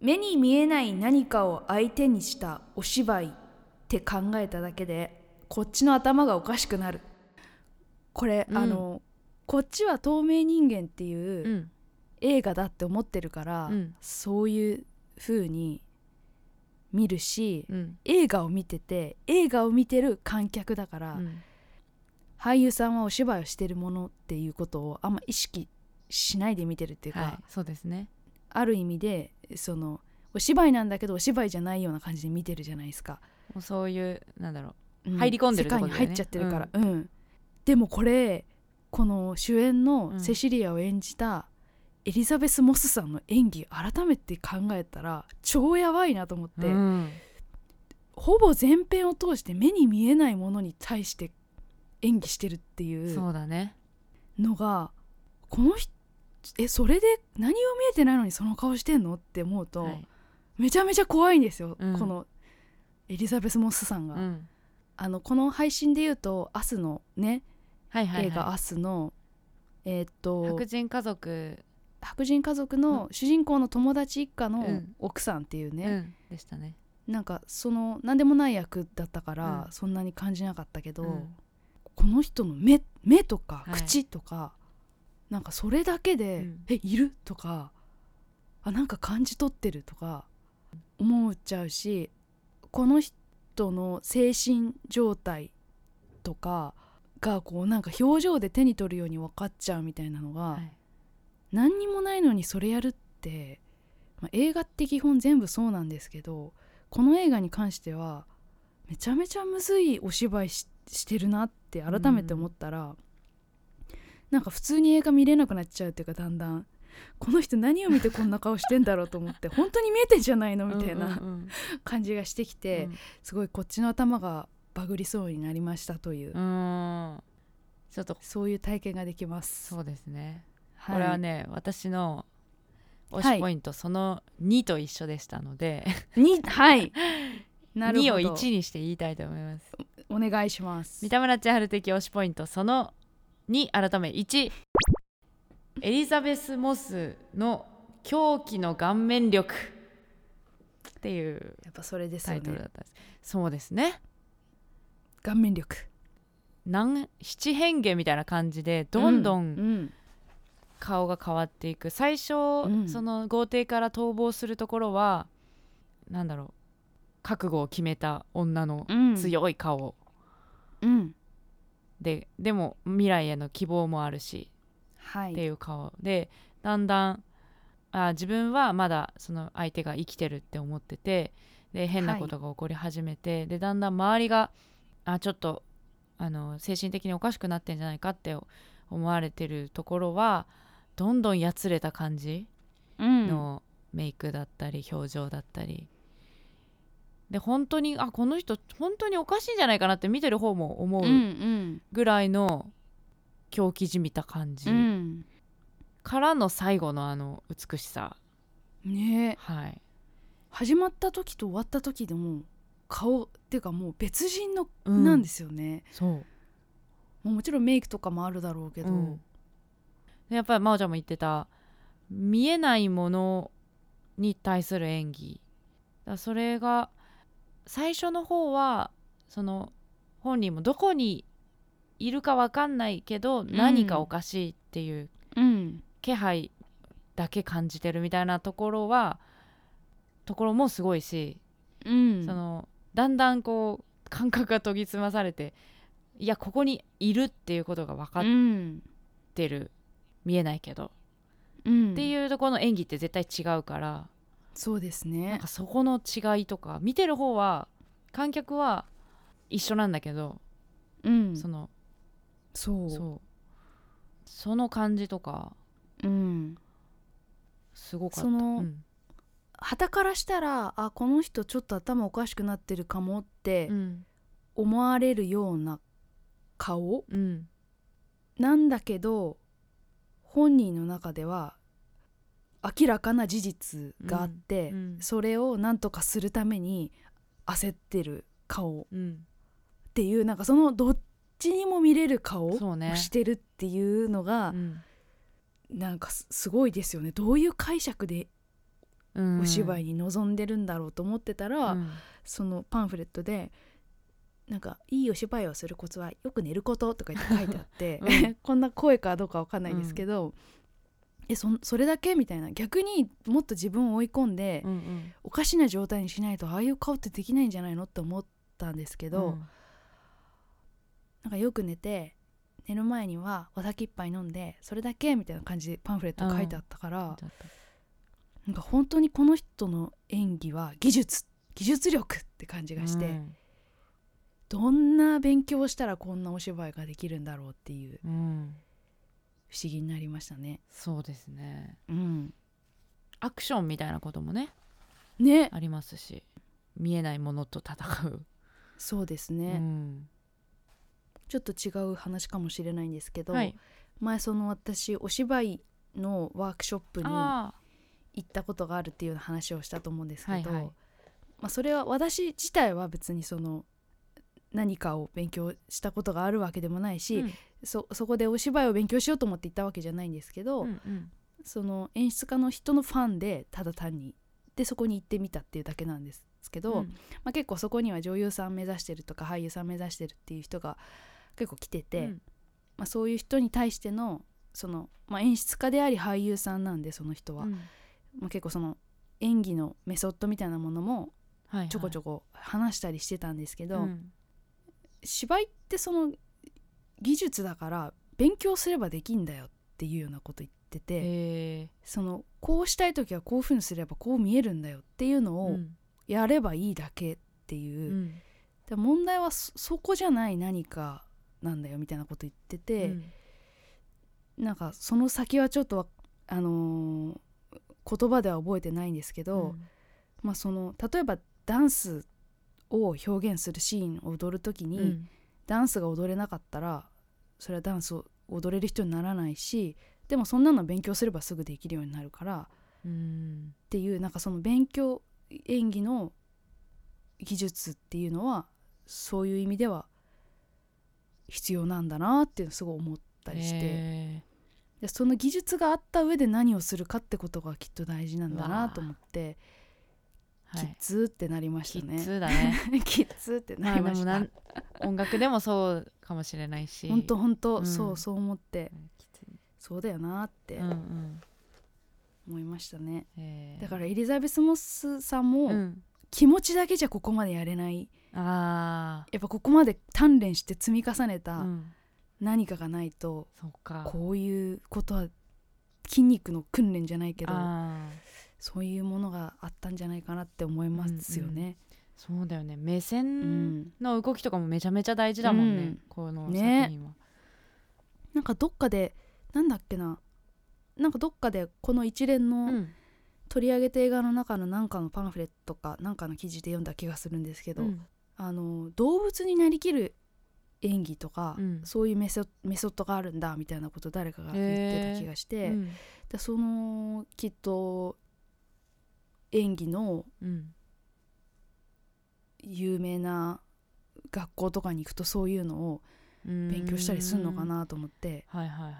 S1: 目に見えない何かを相手にしたお芝居って考えただけでこっちの頭がおかしくなるこれ、
S2: うん
S1: あのこっちは透明人間っていう、
S2: うん
S1: 映画だって思ってるから、
S2: うん
S1: そういう風に見るし、
S2: うん
S1: 映画を見てて映画を見てる観客だから、
S2: うん
S1: 俳優さんはお芝居をしてるものっていうことをあんま意識しないで見てるっていうか、
S2: はいそうですね
S1: ある意味でそのお芝居なんだけどお芝居じゃないような感じで見てるじゃないですか、
S2: もうそういうなんだろ
S1: う
S2: 入り込んでるってことだよ
S1: 世
S2: ね
S1: 界に入っちゃってるから、うんでもこれこの主演
S2: う
S1: の
S2: ん
S1: セシリアを演じたエリザベス・モスさんの演技改めて考えたら超やばいなと思っ
S2: う
S1: て、
S2: うん
S1: ほぼ全編を通して目に見えないものに対して演技してるっていう
S2: そうだね
S1: のがこの人えそれで何も見えてないのにその顔してんのって思うと、
S2: はい
S1: めちゃめちゃ怖いんですよ、
S2: うん
S1: このエリザベス・モスさん
S2: う
S1: が、
S2: ん
S1: あのこの配信で言うと明日のね
S2: はいはい
S1: 映画「
S2: は
S1: 明日の」えーっ
S2: い
S1: と
S2: 白人家族
S1: 白人家族の主人公の友達一家の
S2: うん
S1: 奥さんっていう
S2: う
S1: ね、
S2: んでしたね
S1: なんかその何でもない役だったから、
S2: うん
S1: そんなに感じなかったけど、
S2: うん
S1: この人の目目とか
S2: はい
S1: 口とか、なんかそれだけで「
S2: うん
S1: えいる?」とかあなんか感じ取ってるとか思っちゃうしこの人の精神状態とかがこうなんか表情で手に取るように分かっちゃうみたいなのが、
S2: はい
S1: 何にもないのにそれやるって、まあ映画って基本全部そうなんですけどこの映画に関してはめちゃめちゃむずいお芝居ししてるなって改めて思ったら、なんか普通に映画見れなくなっちゃうっていうかだんだんこの人何を見てこんな顔してんだろうと思って本当に見えてんじゃないのみたいな
S2: うんうんうん
S1: 感じがしてきて、すごいこっちの頭がバグりそうになりましたという、
S2: うんうんちょっと
S1: そういう体験ができます。
S2: そうですね
S1: はい
S2: これはね私の
S1: は
S2: 推
S1: い
S2: しポイントその2と一緒でしたので
S1: に はいなるほ
S2: 2
S1: ど
S2: を1にして言いたいと思います
S1: お願いします
S2: 三田村千春的推しポイントその2改め1エリザベス・モスの狂気の顔面力っていう
S1: やっぱそれです
S2: タ
S1: よ
S2: イトルだ
S1: ね
S2: ったんです、そうですね
S1: 顔面力
S2: なん七変化みたいな感じでどんど
S1: うんん
S2: 顔が変わっていく最初、
S1: ん
S2: その豪邸から逃亡するところはなんだろう覚悟を決めた女の
S1: うん
S2: 強い顔
S1: うん
S2: で、でも未来への希望もあるし
S1: は
S2: って
S1: い
S2: いう顔でだんだんあ自分はまだその相手が生きてるって思っててで変なことが起こり始めて、でだんだん周りがあちょっとあの精神的におかしくなってんじゃないかって思われてるところはどんどんやつれた感じ
S1: うん
S2: のメイクだったり表情だったり、で本当にあこの人本当におかしいんじゃないかなって見てる方も思う
S1: うんうん
S2: ぐらいの狂気じみた感じ。
S1: うん
S2: からの最後のあの美しさ
S1: ねえ
S2: はい
S1: 始まった時と終わった時でも顔っていうかもう別人の
S2: うん
S1: なんですよね、
S2: そう、
S1: もうもちろんメイクとかもあるだろうけど、
S2: うんでやっぱり真央ちゃんも言ってた見えないものに対する演技だからそれが最初の方はその本人もどこにいるかわかんないけど何かおかしいっていう
S1: うん
S2: 気配だけ感じてるみたいなところはところもすごいし
S1: うん
S2: そのだんだんこう感覚が研ぎ澄まされていやここにいるっていうことが分かっ
S1: うん
S2: てる、見えないけど、
S1: うん
S2: っていうところの演技って絶対違うから
S1: そうです
S2: なん
S1: ね
S2: かそこの違いとか見てる方は観客は一緒なんだけど、
S1: うん
S2: その
S1: そう
S2: そうその感じとか
S1: うん
S2: すごかった。
S1: その
S2: うん
S1: 旗からしたらあこの人ちょっと頭おかしくなってるかもって
S2: うん
S1: 思われるような顔、
S2: うん
S1: なんだけど本人の中では明らかな事実があって、
S2: うん
S1: それを何とかするために焦ってる顔
S2: うん
S1: っていうなんかそのどっちにも見れる顔を
S2: そうね
S1: してるっていうのが
S2: うん
S1: なんかすすごいですよねどういう解釈で
S2: うん
S1: お芝居
S2: に
S1: に臨んでるんだろうと思ってたら、そのパンフレットでなんかいいお芝居をするコツはよく寝ることとか言って書いてあって、
S2: うん
S1: こんな声かどうかわかんないですけど、えそんそれだけみたいな逆にもっと自分を追い込んで、
S2: うんうん
S1: おかしな状態にしないとああいう顔ってできないんじゃないのって思ったんですけど、
S2: うん
S1: なんかよく寝て寝る前にはお酒一杯飲んでそれだけみたいな感じでパンフレット書いてあったから、
S2: ちょっと
S1: なんか本当にこの人の演技は技術技術力って感じがして、
S2: うん
S1: どんな勉強をしたらこんなお芝居ができるんだろうっていう
S2: うん
S1: 不思議になりましたね。
S2: そうですね
S1: うん、
S2: アクションみたいなこともね
S1: ね
S2: ありますし見えないものと戦う、
S1: そうです
S2: う
S1: ね、
S2: ん、
S1: ちょっと違う話かもしれないんですけど、
S2: はい
S1: 前その私お芝居のワークショップに行
S2: あ
S1: ったことがあるっていうような話をしたと思うんですけど、
S2: はいはい
S1: まあ、それは私自体は別にその何かを勉強したことがあるわけでもないし、
S2: ーうん
S1: そそこでお芝居を勉強しようと思って行ったわけじゃないんですけど、
S2: うんうん
S1: その演出家の人のファンでただ単にでそこに行ってみたっていうだけなんですけど、
S2: うん
S1: まあ、結構そこには女優さん目指してるとか俳優さん目指してるっていう人が結構来てて、
S2: うん
S1: まあ、そういう人に対してのその、まあ、演出家であり俳優さんなんでその人は、
S2: うん
S1: まあ、結構その演技のメソッドみたいなものも
S2: はいはい
S1: ちょこちょこ話したりしてたんですけど、
S2: うん
S1: 芝居ってその技術だから勉強すればできんだよっていうようなこと言ってて、
S2: え
S1: そのこうしたい時はこういうふうにすればこう見えるんだよっていうの
S2: ーう
S1: を
S2: ん
S1: やればいいだけって
S2: う
S1: いう、
S2: ん
S1: で問題はそそこじゃない何かなんだよみたいなこと言って
S2: う
S1: て、
S2: ん
S1: なんかその先はちょっとわあのー言葉では覚えてないんですけど、
S2: うん
S1: まあ、その例えばダンスを表現するシーンを踊る時に、
S2: うん
S1: ダンスが踊れなかったらそれはダンスを踊れる人にならないしでもそんなの勉強すればすぐできるようになるから
S2: うん
S1: っていうなんかその勉強演技の技術っていうのはそういう意味では必要なんだなっていうのをすごい思ったりして、
S2: え
S1: でその技術があった上で何をするかってことがきっと大事なんだなと思って、
S2: ーは
S1: キッ
S2: い
S1: ズってなりま
S2: キ
S1: した
S2: ッ
S1: ね。
S2: ズだね
S1: キッズって な
S2: まあ
S1: りま
S2: でも
S1: し
S2: な
S1: た。
S2: ん音楽でもそうかもしれないし
S1: 本当本当、
S2: うん
S1: そうそう思って
S2: うんきつい
S1: そうだよなって
S2: うんうん
S1: 思いましたね。
S2: えー
S1: だからエリザベス・モスさん
S2: う
S1: も
S2: ん
S1: 気持ちだけじゃここまでやれない
S2: あ
S1: やっぱここまで鍛錬して積み重ね
S2: あ
S1: た
S2: うん
S1: 何かがないと、
S2: そっか
S1: こういうことは筋肉の訓練じゃないけど
S2: あー
S1: そういうものがあったんじゃないかなって思いますよね。
S2: そうだよね目
S1: うん
S2: 線の動きとかもめちゃめちゃ大事だもんね、
S1: うん
S2: この作
S1: ね
S2: 品は、
S1: なんかどっかでなんだっけななんかどっかでこの一連
S2: う
S1: の
S2: ん
S1: 取り上げた映画の中の何かのパンフレットか何かの記事で読んだ気がするんですけど、
S2: うん
S1: あの動物になりきる演技とか、
S2: うん
S1: そういうメソメソッドがあるんだみたいなこと誰かが言ってた気がして、
S2: うん
S1: でそのきっと演技の
S2: うん
S1: 有名な学校とかに行くとそういうのを勉強したりするのかなと思って
S2: はいはいはい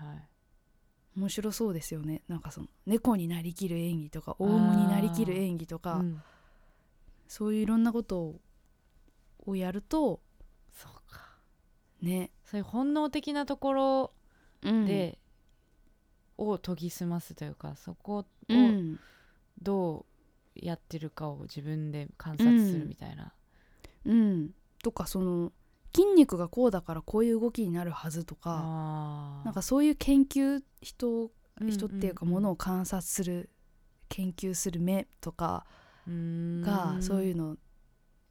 S1: 面白そうですよねなんかその猫になりきる演技とかオウムになりきる演技とか、
S2: うん
S1: そういういろんなことををやると
S2: そうか
S1: ね、
S2: そういう本能的なところ
S1: うん、
S2: で、を研ぎ澄ますというかそこを
S1: うん、
S2: どうやってるかを自分で観察するみたいな、
S1: うん、とかその筋肉がこうだからこういう動きになるはずとか
S2: ああ
S1: なんかそういう研究人人っていうかもの
S2: を
S1: を観察する研究する目とかがそういううの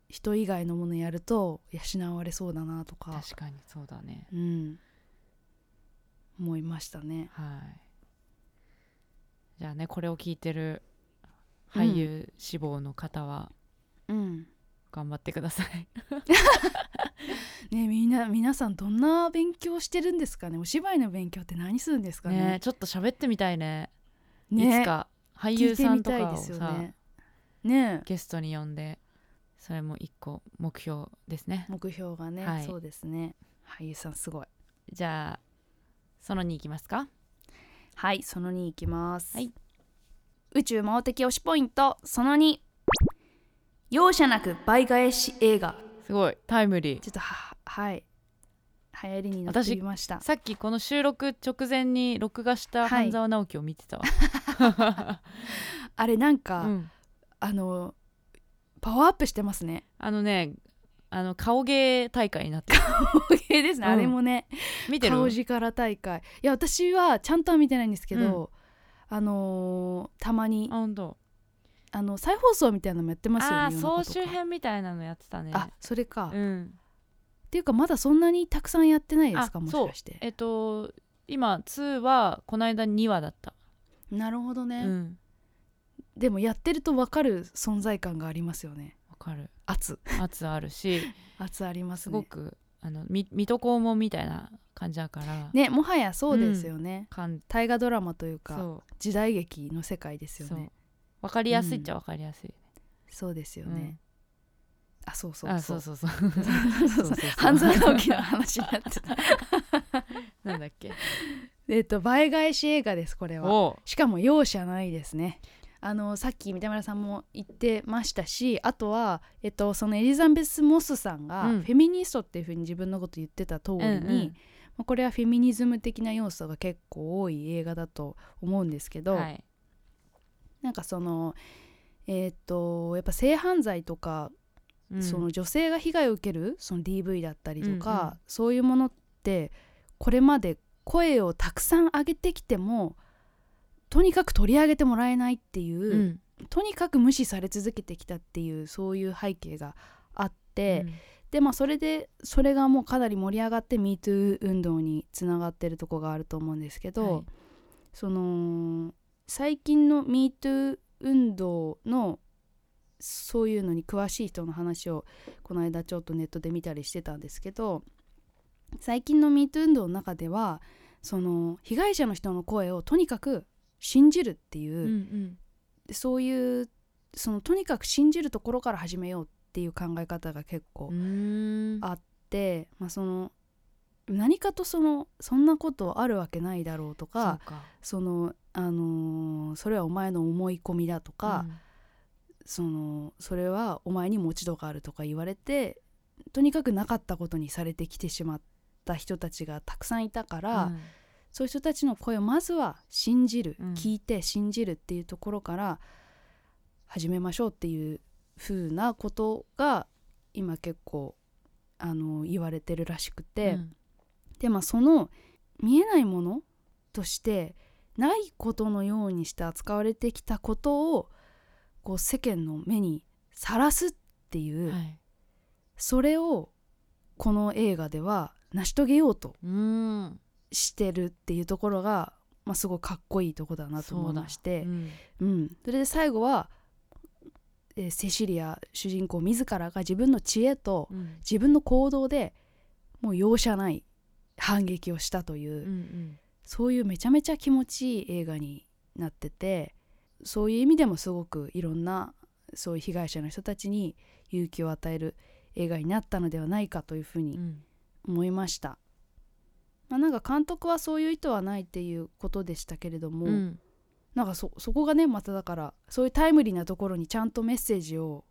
S1: 人以外のものやると養われそうだなとか、
S2: 確かにそうだね
S1: うん、思いましたね。
S2: はいじゃあねこれを聞いてる俳優志望の方は
S1: うん、
S2: 頑張ってください、
S1: ねみんな皆さんどんな勉強してるんですかねお芝居の勉強って何するんですか
S2: ね
S1: ね
S2: ちょっと喋ってみたいね
S1: ね
S2: いつか俳
S1: 聞
S2: 優
S1: いて
S2: さん
S1: み
S2: と
S1: たい
S2: か
S1: で
S2: を
S1: すよ
S2: さ、
S1: ね。ね
S2: ゲストに呼んでそれも一個目標ですね
S1: 目標がね、
S2: はい
S1: そうですね俳優さんすごい
S2: じゃあその2いきますか
S1: はいその2いきます、
S2: はい
S1: 宇宙魔王的推しポイントその2容赦なく倍返し映画
S2: すごいタイムリー
S1: ちょっとははい流行りに乗ってみました
S2: さっきこの収録直前に録画した半沢直樹を見て たわ、
S1: あれなんか、
S2: うん
S1: あのパワーアップしてますね
S2: あのねあの顔芸大会になっ てる
S1: OK ですね、
S2: うん
S1: あれもね
S2: 見てる
S1: 顔力大会いや私はちゃんとは見てないんですけど、あのーたまに
S2: あ本当
S1: あの再放送みたいなのもやってますよね
S2: ああ
S1: 世の中
S2: 総
S1: とか
S2: 集編みたいなのやってたね
S1: あそれか、
S2: う
S1: っ
S2: ん
S1: ていうかまだそんなにたくさんやってないですか
S2: あ
S1: もしかして
S2: えっと今2はこの間2話だった、
S1: なるほど
S2: う
S1: ね、
S2: ん
S1: でもやってると分かる存在感がありますよね
S2: わかる
S1: 圧
S2: 圧あるし
S1: 圧あります
S2: す
S1: ね
S2: ごくあのみ水戸黄門みたいな感じだから、
S1: ねもはやそうですよね、
S2: かん
S1: 大河ドラマというか
S2: そ
S1: 時代劇の世界です
S2: う
S1: よ
S2: そう
S1: ね
S2: わかりやすいっちゃわかりやすい、
S1: そうですよ
S2: うん
S1: ね、あそうそう
S2: あ
S1: そ
S2: そううそうそ
S1: そう
S2: う そうそう
S1: 半沢直樹の話になってた
S2: なんだっけ
S1: えっと倍返し映画ですこれは
S2: お
S1: しかも容赦ないですねあのさっき三田村さんも言ってましたしあとは、えっと、そのエリザベス・モスさんが
S2: うん
S1: フェミニストっていうふうに自分のこと言ってた通りに、
S2: うんうん
S1: まあこれはフェミニズム的な要素が結構多い映画だと思うんですけど、
S2: はい
S1: なんかそのえーっとやっぱ性犯罪とか、
S2: うん
S1: その女性が被害を受けるその DV だったりとか、
S2: うんうん
S1: そういうものってこれまで声をたくさん上げてきてもとにかく取り上げてもらえないっていうう、
S2: ん
S1: とにかく無視され続けてきたっていうそういう背景があって、
S2: うん
S1: でまあそれでそれがもうかなり盛り上がって MeToo 運動につながってるとこがあると思うんですけど、
S2: はい
S1: その最近の MeToo 運動のそういうのに詳しい人の話をこの間ちょっとネットで見たりしてたんですけど最近の MeToo 運動の中ではその被害者の人の声をとにかく信じるっていう、
S2: うんうん
S1: そういうそのとにかく信じるところから始めようっていう考え方が結構
S2: うーん
S1: あって、まあ、その何かとそのそんなことあるわけないだろうと
S2: そ
S1: か
S2: うか
S1: その、あのーそれはお前の思い込みだとか、そのそれはお前に持ち度があるとか言われてとにかくなかったことにされてきてしまった人たちがたくさんいたか
S2: うん
S1: ら、
S2: うん
S1: そういう人たちの声をまずは信じる、
S2: うん
S1: 聞いて信じるっていうところから始めましょうっていう風なことが今結構あの言われてるらしくて、
S2: うん
S1: でまあその見えないものとしてないことのようにして扱われてきたことをこう世間の目にさらすっていう、
S2: はい
S1: それをこの映画では成し遂げようと
S2: うーん
S1: してるっていうところが、まあ、すごいかっこいいとこだなと思いまして
S2: そうだうん
S1: うんそれで最後は、えーセシリア主人公自らが自分の知恵と
S2: うん
S1: 自分の行動でもう容赦ない反撃をしたという、
S2: うんうん
S1: そういうめちゃめちゃ気持ちいい映画になっててそういう意味でもすごくいろんなそういう被害者の人たちに勇気を与える映画になったのではないかというふうに
S2: うん
S1: 思いました、まあ、なんか監督はそういう意図はないっていうことでしたけれども、
S2: うん
S1: なんかそそこがねまただからそういうタイムリーなところにちゃんとメッセージを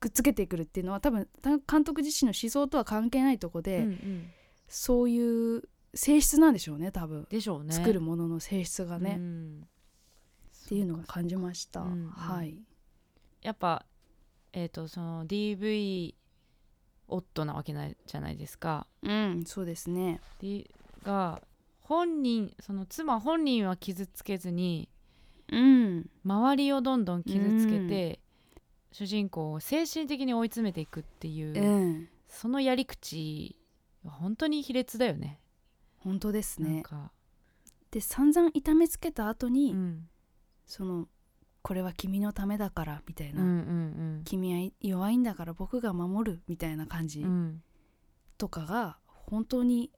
S1: くっつけてくるっていうのは多分た監督自身の思想とは関係ないとこで、
S2: うんうん
S1: そういう性質なんでしょうね多分、
S2: でしょうね
S1: 作るものの性質がね、っ
S2: うん
S1: ていうのを感じました、
S2: うんうん
S1: はい
S2: やっぱえっ、とその DV 夫なわけないじゃないですか。
S1: うんそうですね
S2: D が本人その妻本人は傷つけずに
S1: うん
S2: 周りをどんどん傷つけて、主人公を精神的に追い詰めていくっていう、
S1: うん
S2: そのやり口は本当に卑劣だよね。
S1: 本当です
S2: なん
S1: ね
S2: か、
S1: で散々痛めつけた後に、
S2: うん、
S1: そのこれは君のためだからみたい
S2: うんう
S1: な、
S2: ん
S1: 君は弱いんだから僕が守るみたいな感
S2: う
S1: じ
S2: んうん
S1: とかが本当に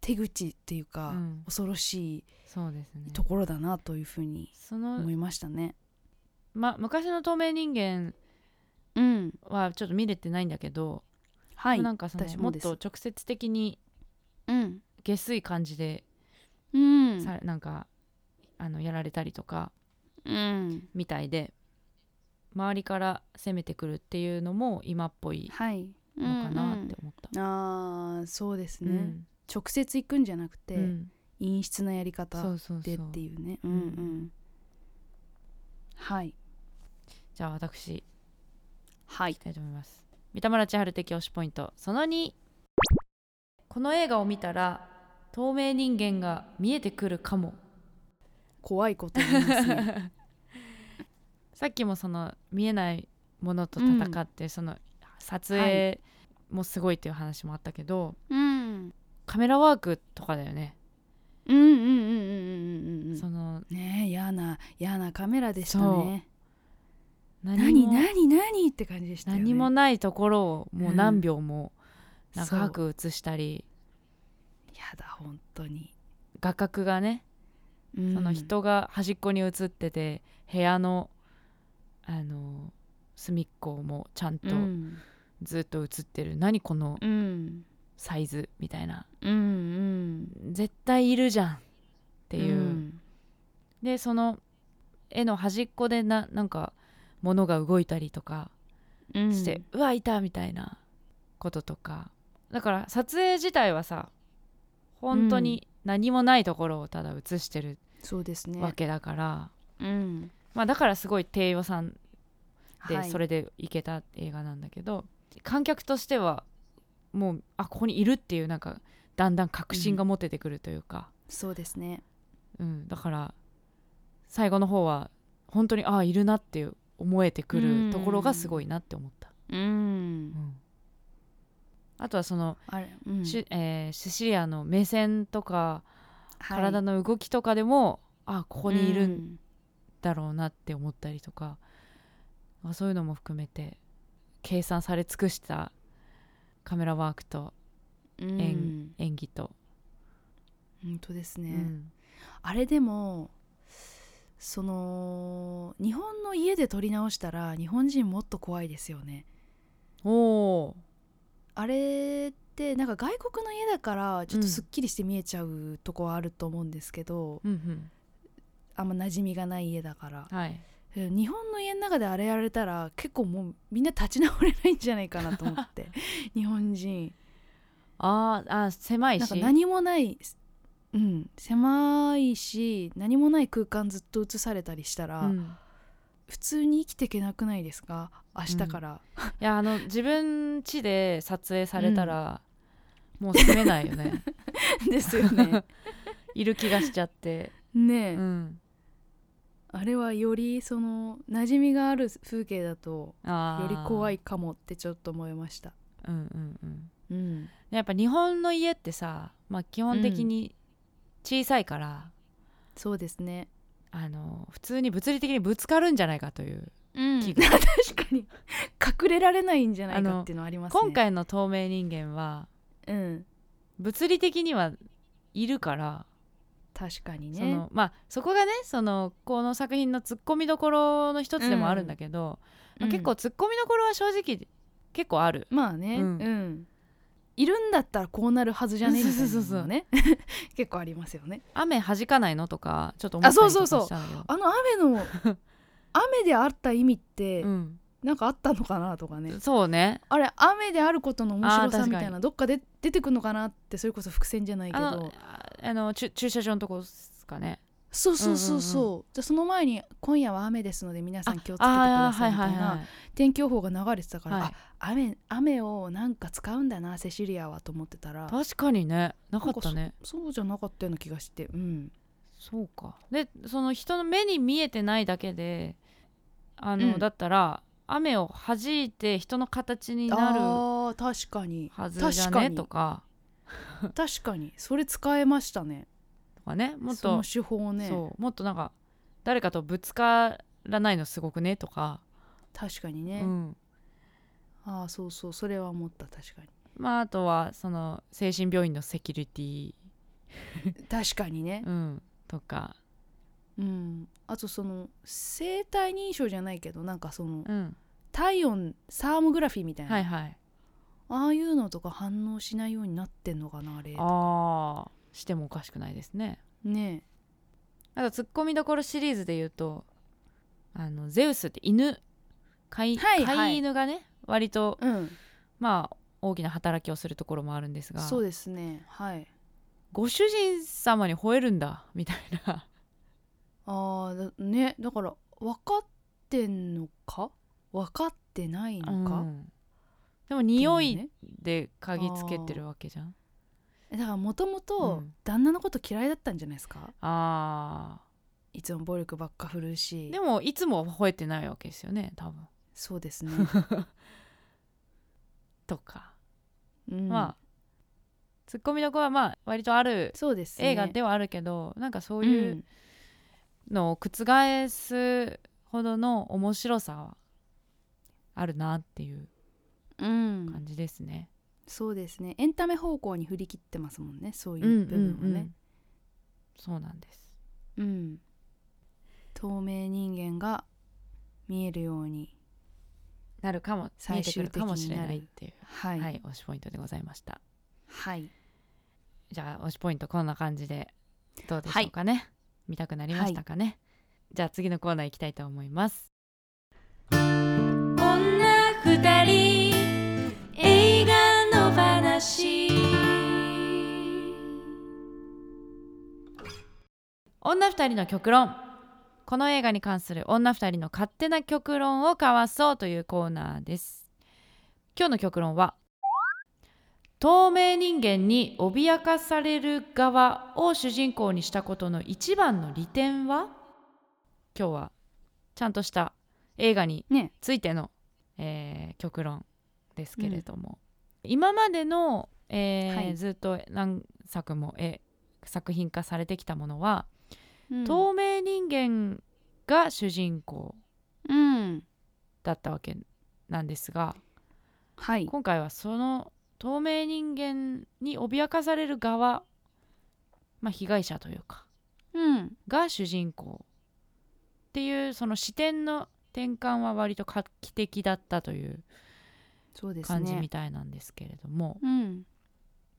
S1: 手口っていう
S2: う
S1: か、
S2: ん
S1: 恐ろし
S2: そうですね
S1: い。ところだなというふうに
S2: その
S1: 思いましたね。
S2: ま昔の透明人間
S1: うん、
S2: はちょっと見れてないんだけど、
S1: はい、
S2: なんかその
S1: 私
S2: も
S1: も
S2: っ
S1: です
S2: と直接的に
S1: うん、
S2: 下水感じで、
S1: うん、
S2: さなんかあのやられたりとか
S1: うん、
S2: みたいで周りから攻めてくるっていうのも今っぽい
S1: はい、
S2: のかなって思った。
S1: あーそうですね、
S2: うん
S1: 直接行くんじゃなくて、
S2: うん
S1: 陰湿なやり
S2: そ
S1: 方
S2: うそう
S1: で
S2: そ
S1: っ
S2: う
S1: ていうねうんうんはい
S2: じゃあ私い
S1: はい
S2: きたいと思います三田村千春的推しポイントその2この映画を見たら透明人間が見えてくるかも
S1: 怖いこと言います ね
S2: さっきもその見えないものと戦って、その撮影もすごいっていう話もあったけど、
S1: うん
S2: カメラワークとかだよね、
S1: うんうんうんうんうんうんうん
S2: その
S1: ねえ嫌な嫌なカメラでしたね
S2: 何
S1: 何
S2: も
S1: 何何って感じでしたよね
S2: 何もないところをもう何秒も
S1: うん
S2: 長く映したり、
S1: やだ本当に、
S2: 画角がね
S1: うん
S2: その人が端っこに映ってて部屋のあの隅っこもちゃんと
S1: うん
S2: ずっと映ってる、何この
S1: うん
S2: サイズみたいな
S1: うんうん
S2: 絶対いるじゃんっていう、
S1: ん
S2: でその絵の端っこでななんか物が動いたりとか
S1: うん
S2: して、うわいたみたいなこととかだから撮影自体はさ本当に何もないところをただ映してる
S1: そうですね
S2: わけだから、
S1: うん
S2: まあだからすごい低予算
S1: は
S2: で
S1: い
S2: それでいけた映画なんだけど、観客としてはもうあここにいるっていうなんかだんだん確信が持ててくるというか、
S1: そうですね
S2: うんだから最後の方は本当にああいるなっていう思えてくるところがすごいなって思った。
S1: うん
S2: うんあとはその
S1: あれ、うん
S2: シュえーシシリアの目線とか
S1: はい
S2: 体の動きとかでも、あここにいる
S1: うんん
S2: だろうなって思ったりとか、まあそういうのも含めて計算され尽くしたカメラワークと
S1: うん
S2: 演演技と、
S1: 本当です
S2: う
S1: ね、
S2: ん
S1: あれでもその日本の家で撮り直したら日本人もっと怖いですよね
S2: おー
S1: あれってなんか外国の家だからちょっとすっきりして見えちゃうとこはあると思うんですけど、
S2: うん
S1: あんま馴染みがない家だから
S2: うんはい、
S1: え日本の家の中であれやられたら結構もうみんな立ち直れないんじゃないかなと思って 日本人
S2: あーあー狭い
S1: なんか
S2: し
S1: 何もないうん狭いし何もない空間ずっと映されたりしたら、
S2: うん
S1: 普通に生きていけなくないですか明日から、
S2: いやあの自分家で撮影されたら、もう住めない よね
S1: ですよね
S2: いる気がしちゃって、
S1: ねえ、
S2: うん、
S1: あれはよりその馴染みがある風景だと
S2: あー
S1: より怖いかもってちょっと思いました
S2: うんうんうん
S1: うん
S2: やっぱ日本の家ってさ、まあ、基本的に小さいから、
S1: そうですね
S2: あの普通に物理的にぶつかるんじゃないかという、
S1: うん
S2: 器
S1: 確
S2: 具
S1: かに隠れられないんじゃないかっていうのはありますね
S2: 今回の透明人間は
S1: うん
S2: 物理的にはいるから、
S1: 確かに
S2: そ
S1: ね
S2: のまあ、そこがねそのこの作品のツッコミどころの一つでもあるんだけど、まあ結構ツッコミどころは正直結構ある。
S1: まあね
S2: う
S1: うんん、いるんだったらこうなるはずじゃねみたいなの
S2: そうそうそうそう
S1: もね 結構ありますよね
S2: 雨弾かないのとかちょっと思った
S1: あ
S2: り
S1: そ
S2: とか
S1: うそうそう
S2: したんだけど
S1: あの雨 の雨であった意味って
S2: うん
S1: なんかあったのかなとかね、
S2: そうね
S1: あれ雨であることの面白
S2: あー
S1: さ
S2: 確
S1: み
S2: かに
S1: たいなどっかで出てくるのかなってそれこそ伏線じゃないけ
S2: あ
S1: ど
S2: のああのちゅ駐車場のとこですかね
S1: そうそうそうそう,、
S2: う
S1: じゃあその前に「今夜は雨ですので皆さん気をつけてく
S2: あ
S1: だ
S2: あーは
S1: さい」
S2: い
S1: み
S2: は
S1: た
S2: い
S1: い
S2: は
S1: な天気予報が流れてたから、
S2: い、はい
S1: あ、雨雨をなんか使うんだなセシリアはと思ってたら
S2: 確かにねなかったね
S1: そうじゃなかったような気がしてうん
S2: そうかでその人の目に見えてないだけであの、
S1: うん
S2: だったら雨を弾いて人の形になる
S1: あー確かに
S2: はずじゃ
S1: 確か
S2: ね
S1: に
S2: とか
S1: 確かにそれ使えましたね
S2: とかねもっ
S1: そ
S2: と
S1: の手法をね
S2: そうもっとなんか誰かとぶつからないのすごくねとか、
S1: 確かに
S2: う
S1: ね、
S2: ん、
S1: ああそうそうそれは思った確かに
S2: まああとはその精神病院のセキュリティ、
S1: 確かにね
S2: うん、とか、
S1: うんあとその生体認証じゃないけどなんかその
S2: うん、
S1: 体温サーモグラフィーみたいな、
S2: はいはい
S1: ああいうのとか反応しないようになってんのかなあれ
S2: ああしてもおかしくないですね
S1: ね
S2: なんかツッコミどころシリーズで言うとあのゼウスって犬飼い,、
S1: はいはい
S2: 飼い犬がね割と
S1: えうん
S2: まあ大きな働きをするところもあるんですが
S1: そうですねはい
S2: ご主人様に吠えるんだみたいな
S1: あーだねだから分かってんのか分かってないのか、
S2: うんでも匂
S1: ってう
S2: い
S1: ね
S2: で嗅ぎつけてるわけじゃん
S1: えだからもとも
S2: う
S1: と
S2: ん
S1: 旦那のこと嫌いだったんじゃないですか
S2: あ
S1: いつも暴力ばっか振るうし
S2: ーでもいつも吠えてないわけですよね多分
S1: そう ですね、
S2: とか、
S1: うん、
S2: まあツッコミどころはまあ割とある
S1: そうですね
S2: 映画ではあるけど、なんかそう
S1: う
S2: いうんのを覆すほどの面白さはあるなっていう
S1: うん
S2: 感じですね。
S1: そうですねエンタメ方向に振り切ってますもんねそうい
S2: うん
S1: う
S2: う
S1: 部
S2: ん
S1: 分
S2: う
S1: はね
S2: ん、そうなんです。
S1: うん透明人間が見えるように
S2: なるかも
S1: 最終
S2: 見えてくるかもしれないっていう
S1: は
S2: はいい、推しポイントでございました。
S1: はい
S2: じゃあ推しポイントこんな感じでどうでしょうかね、見たくなりましたかね、じゃあ次のコーナー行きたいと思います。
S1: 女二人映画の話
S2: 女二人の極論この映画に関する女二人の勝手な極論を交わそうというコーナーです今日の極論は透明人間に脅かされる側を主人公にしたことの一番の利点は今日はちゃんとした映画に
S1: ね
S2: ついての、えー極論ですけれども、今までの、えー
S1: はい
S2: ずっと何作もえ作品化されてきたものは
S1: うん
S2: 透明人間が主人公
S1: うん
S2: だったわけなんですが
S1: はい
S2: 今回はその透明人間に脅かされる側、まあ、被害者というか
S1: うん
S2: が主人公っていうその視点の転換は割と画期的だったという
S1: そうですね
S2: 感じみたいなんですけれども、
S1: うん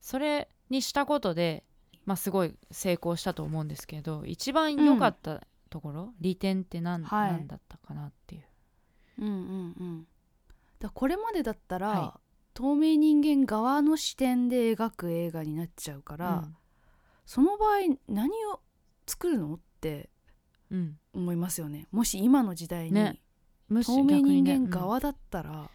S2: それにしたことで、まあ、すごい成功したと思うんですけど一番良かったところ、利点って何,、
S1: はい
S2: 何だったかなっていう。
S1: うんうんうんだからこれまでだったら、
S2: は
S1: 透明人間側の視点で描く映画になっちゃうから、
S2: うん
S1: その場合何を作るのって
S2: うん、
S1: 思いますよねもし今の時代に、
S2: ねむし
S1: 透明
S2: 逆に
S1: 人
S2: ね
S1: 間側だったら,、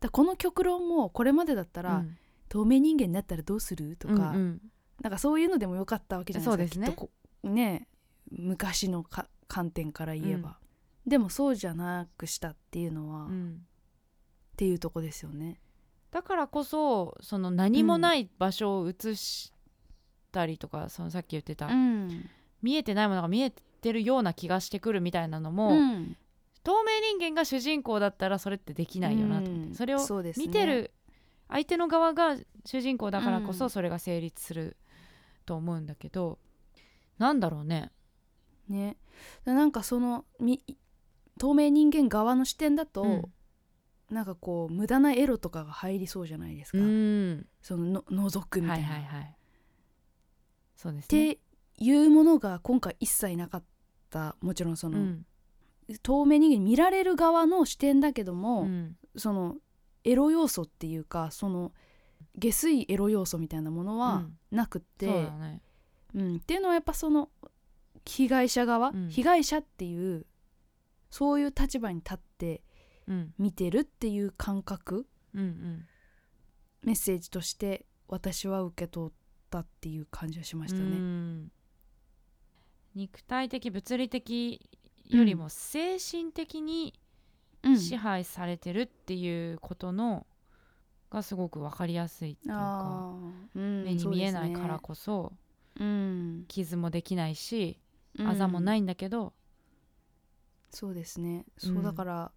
S1: だこの極論もこれまでだった
S2: うん
S1: ら、
S2: うん
S1: 透明人間になったらどうするとか、
S2: うんうん
S1: なんかそういうのでもよかったわけじゃないですか
S2: そう
S1: き
S2: ですね
S1: っとこね昔のか観点から言えば、でもそうじゃなくしたっていうのは、
S2: う
S1: っ
S2: ん
S1: ていうとこですよね。
S2: だからこそその何もない場所を映したりとか、そのさっき言ってた、
S1: ん、
S2: 見えてないものが見えてるような気がしてくるみたいなのも、
S1: うん
S2: 透明人間が主人公だったらそれってできないよなと思って、
S1: うん
S2: それを
S1: うですね
S2: 見てる相手の側が主人公だからこ
S1: う
S2: そ
S1: ん
S2: それが成立すると思うんだけど、なんだろうね
S1: ねだなんかそのみ透明人間側の視点だと、
S2: うん
S1: なんかこう無駄なエロとかが入りそうじゃないですか、
S2: うん
S1: そのの覗くみた
S2: はいい
S1: な。
S2: はいはいそうですね
S1: っていうものが今回一切なかったもちろんその、
S2: うん
S1: 透明人間に見られる側の視点だけども、
S2: うん
S1: そのエロ要素っていうかその下水エロ要素みたいなもの
S2: う
S1: は
S2: ん
S1: なくって、
S2: そうだね
S1: うん、っていうのはやっぱその被害者側、
S2: うん
S1: 被害者っていうそういう立場に立って
S2: うん
S1: 見てるっていう感覚
S2: うんうん
S1: メッセージとして私は受け取ったっていう感じはしました
S2: う
S1: ね。
S2: ん肉体的物理的よりも精神的に
S1: うん
S2: 支配されてるっていうことの、がすごく分かりやすいっていうか
S1: あーうん
S2: 目に見えないから
S1: そ
S2: こそ
S1: うですねうん
S2: 傷もできないし、
S1: うん
S2: あざもないんだけど、
S1: そうですね、
S2: う
S1: そ
S2: ん
S1: うだから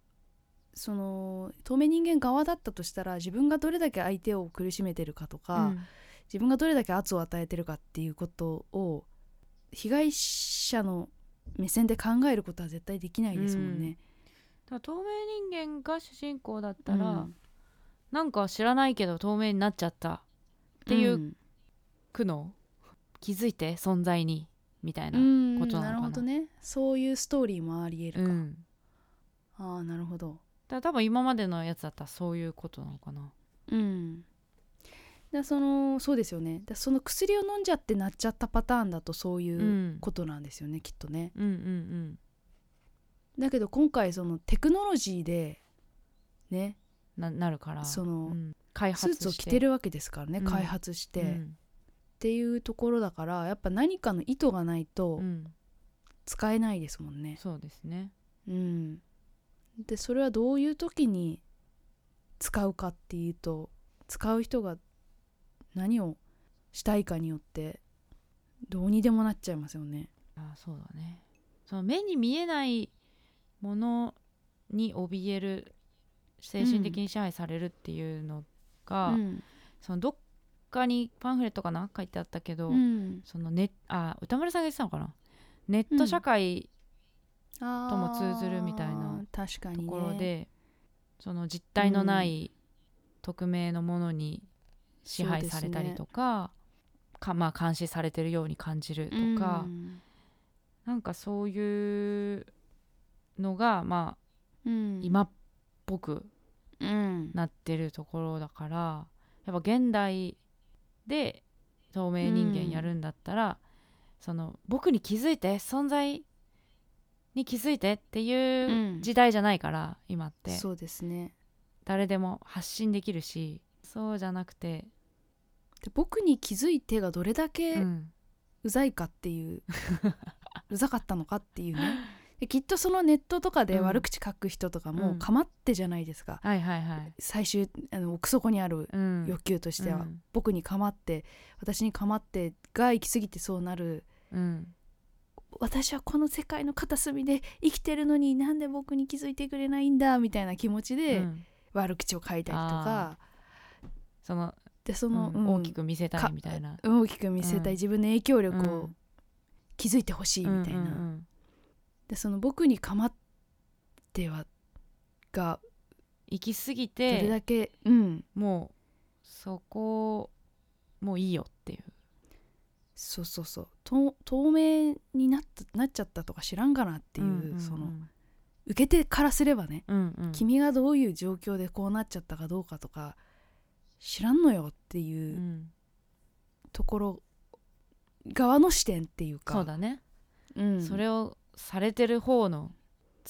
S1: その透明人間側だったとしたら自分がどれだけ相手を苦しめてるかとか、
S2: うん
S1: 自分がどれだけ圧を与えてるかっていうことを被害者の目線で考えることは絶対できないですもんね。
S2: だから透明人間が主人公だった
S1: う
S2: ら、
S1: ん
S2: なんか知らないけど透明になっちゃったっていうん苦悩気づいて存在にみたいな、
S1: うん
S2: ことなのかな
S1: るほどねそういうストーリーもありえ
S2: う
S1: るか、
S2: ん、
S1: ああなるほど
S2: だから多分今までのやつだったらそういうことなのかな、
S1: うんだそのそうですよねだその薬を飲んじゃってなっちゃったパターンだとそういうううんことなんですよね、きっとね
S2: うんうん
S1: だけど今回そのテクノロジーでね
S2: うんななるから
S1: そうの、
S2: ん、開
S1: ス
S2: 発
S1: ー
S2: して
S1: ツを着てるわけですからね、
S2: うん
S1: 開発して、
S2: う
S1: っ
S2: ん
S1: ていうところだからやっぱ何かの意図がないと
S2: うん
S1: 使えないですもんね。
S2: そうですね
S1: うん、でそれはどういう時に使うかっていうと使う人が何をしたいかによってどうにでもなっちゃいますよね。
S2: ああそうだねその目に見えないものに怯える精神的に支配されるっていうのが、
S1: うん
S2: そのどっかにパンフレットかな書いてあったけど、
S1: うん
S2: そのねあ歌丸さんが言ってたのかなネット社会
S1: と
S2: とも通ずるみたいな
S1: 確かに、
S2: と
S1: ね、
S2: ころで、その実体のない匿名のものに支配されたりとか,、かまあ監視されてるように感じるとか、
S1: うん
S2: なんかそういうのがまあ
S1: うん、
S2: 今っぽく
S1: うん、
S2: なってるところだからやっぱ現代で透明人間やるんだったら、その僕に気づいて存在に気づいてっていううん時代じゃないから、今って
S1: そうですね
S2: 誰でも発信できるしそうじゃなくて、
S1: で僕に気づいてがどれだけ
S2: うん
S1: うざいかって いう、うざかったのかっていうねできっとそのネットとかで
S2: うん
S1: 悪口書く人とか
S2: う
S1: も
S2: ん
S1: かまってじゃないですか、
S2: はいはいはい、
S1: 最終あの奥底にある
S2: うん、
S1: 欲求としては、
S2: うん
S1: 僕にかまって私にかまってが行き過ぎてそうなる
S2: うん
S1: 私はこの世界の片隅で生きてるのになんで僕に気づいてくれないんだみたいな気持ち
S2: う
S1: で
S2: ん
S1: 悪口を書いたりとか、
S2: その、
S1: でその、
S2: う
S1: うんん
S2: 大きく見せたいみたいな、
S1: 大きく見せた
S2: うん
S1: い自分の影響力
S2: う
S1: を
S2: ん
S1: 気づいてほしいみたいな、
S2: うんうん
S1: でその僕にかまってはが
S2: 行き過ぎ
S1: どれ
S2: て
S1: だけ、うん
S2: もうそこもういいよっていう
S1: そうそうそうと透明になったなっちゃったとか知らんかなっていう,、
S2: んんん
S1: その受け手からすればね、
S2: うんうん
S1: 君がどういう状況でこうなっちゃったかどうかとか知らんのよって
S2: う
S1: いうんところ側の視点っていうか
S2: そうだね、
S1: うん
S2: それをされてる方の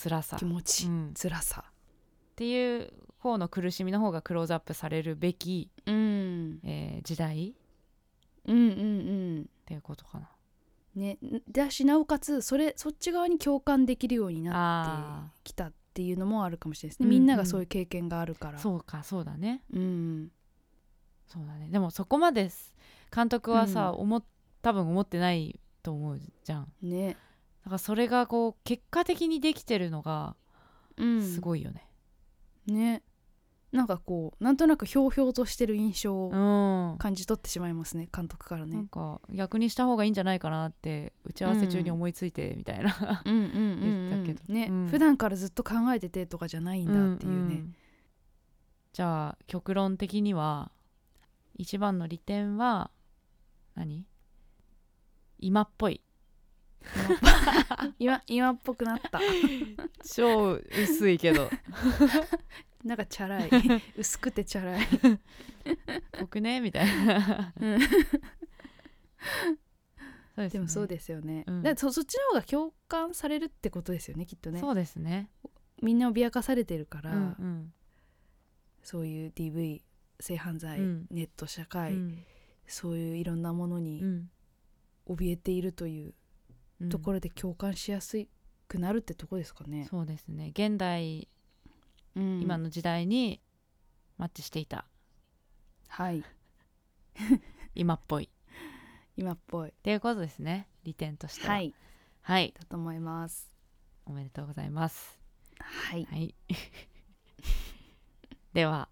S2: 辛さ、
S1: 気持ち、
S2: うんっ
S1: 辛さ、
S2: ていう方の苦しみの方がクローズアップされるべき、
S1: うん、
S2: えー時代
S1: うんうんうん
S2: っていうことかな
S1: ね、だしなおかつそれそっち側に共感できるようにな
S2: あ
S1: ってきたっていうのもあるかもしれないですね、
S2: うんうん
S1: みんながそういう経験があるから
S2: そうかそうだね
S1: うん
S2: そうだねでもそこまです監督はさ、
S1: う
S2: 思っ多分思ってないと思うじゃん
S1: ね、
S2: だからそれがこう結果的にできてるのが
S1: うん、
S2: すごいよね、
S1: いねなんかこうなんとなくひょうひょうとしてる印象を
S2: うん、
S1: 感じ取ってしまいますね監督から
S2: な
S1: ね
S2: ん、か逆にした方がいいんじゃないかなって打ち合わせ中に思いついてみたいな、
S1: うんうんうんうん
S2: 言ってたけど
S1: ね、
S2: うん
S1: 普段からずっと考えててとかじゃないんだっていうね、
S2: んんじゃあ極論的には一番の利点は何今っぽい
S1: 今今っぽくなった
S2: 超薄いけど
S1: なんかチャラい 薄くてチャラい、
S2: 僕ねみたいな
S1: うん
S2: そうですね
S1: でもそうですよね、
S2: うん
S1: だからそそっちの方が共感されるってことですよねきっとね
S2: そうですね
S1: みんな脅かされてるか
S2: う
S1: ら、
S2: んうん
S1: そういう DV 性犯罪、
S2: うん
S1: ネット社
S2: う
S1: 会、
S2: ん
S1: そういういろんなもの
S2: う
S1: に
S2: ん
S1: 怯えているという
S2: うん
S1: ところで共感しやすくなるってとこですかね、
S2: そうですね現代
S1: うん
S2: 今の時代にマッチしていた
S1: はい
S2: 今っぽいっ
S1: 今っぽい
S2: ていうことですね利点としては
S1: はい
S2: はい、
S1: だと思います
S2: おめでとうございます
S1: はい
S2: はい。 では、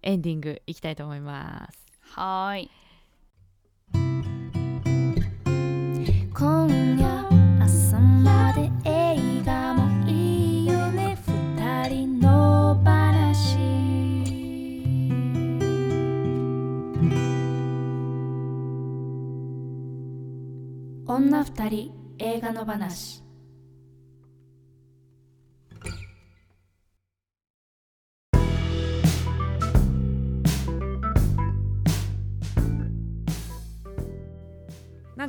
S2: エンディングいきたいと思います。
S1: はーい
S3: 今夜朝まで映画もいいよね二人の話女二人映画の話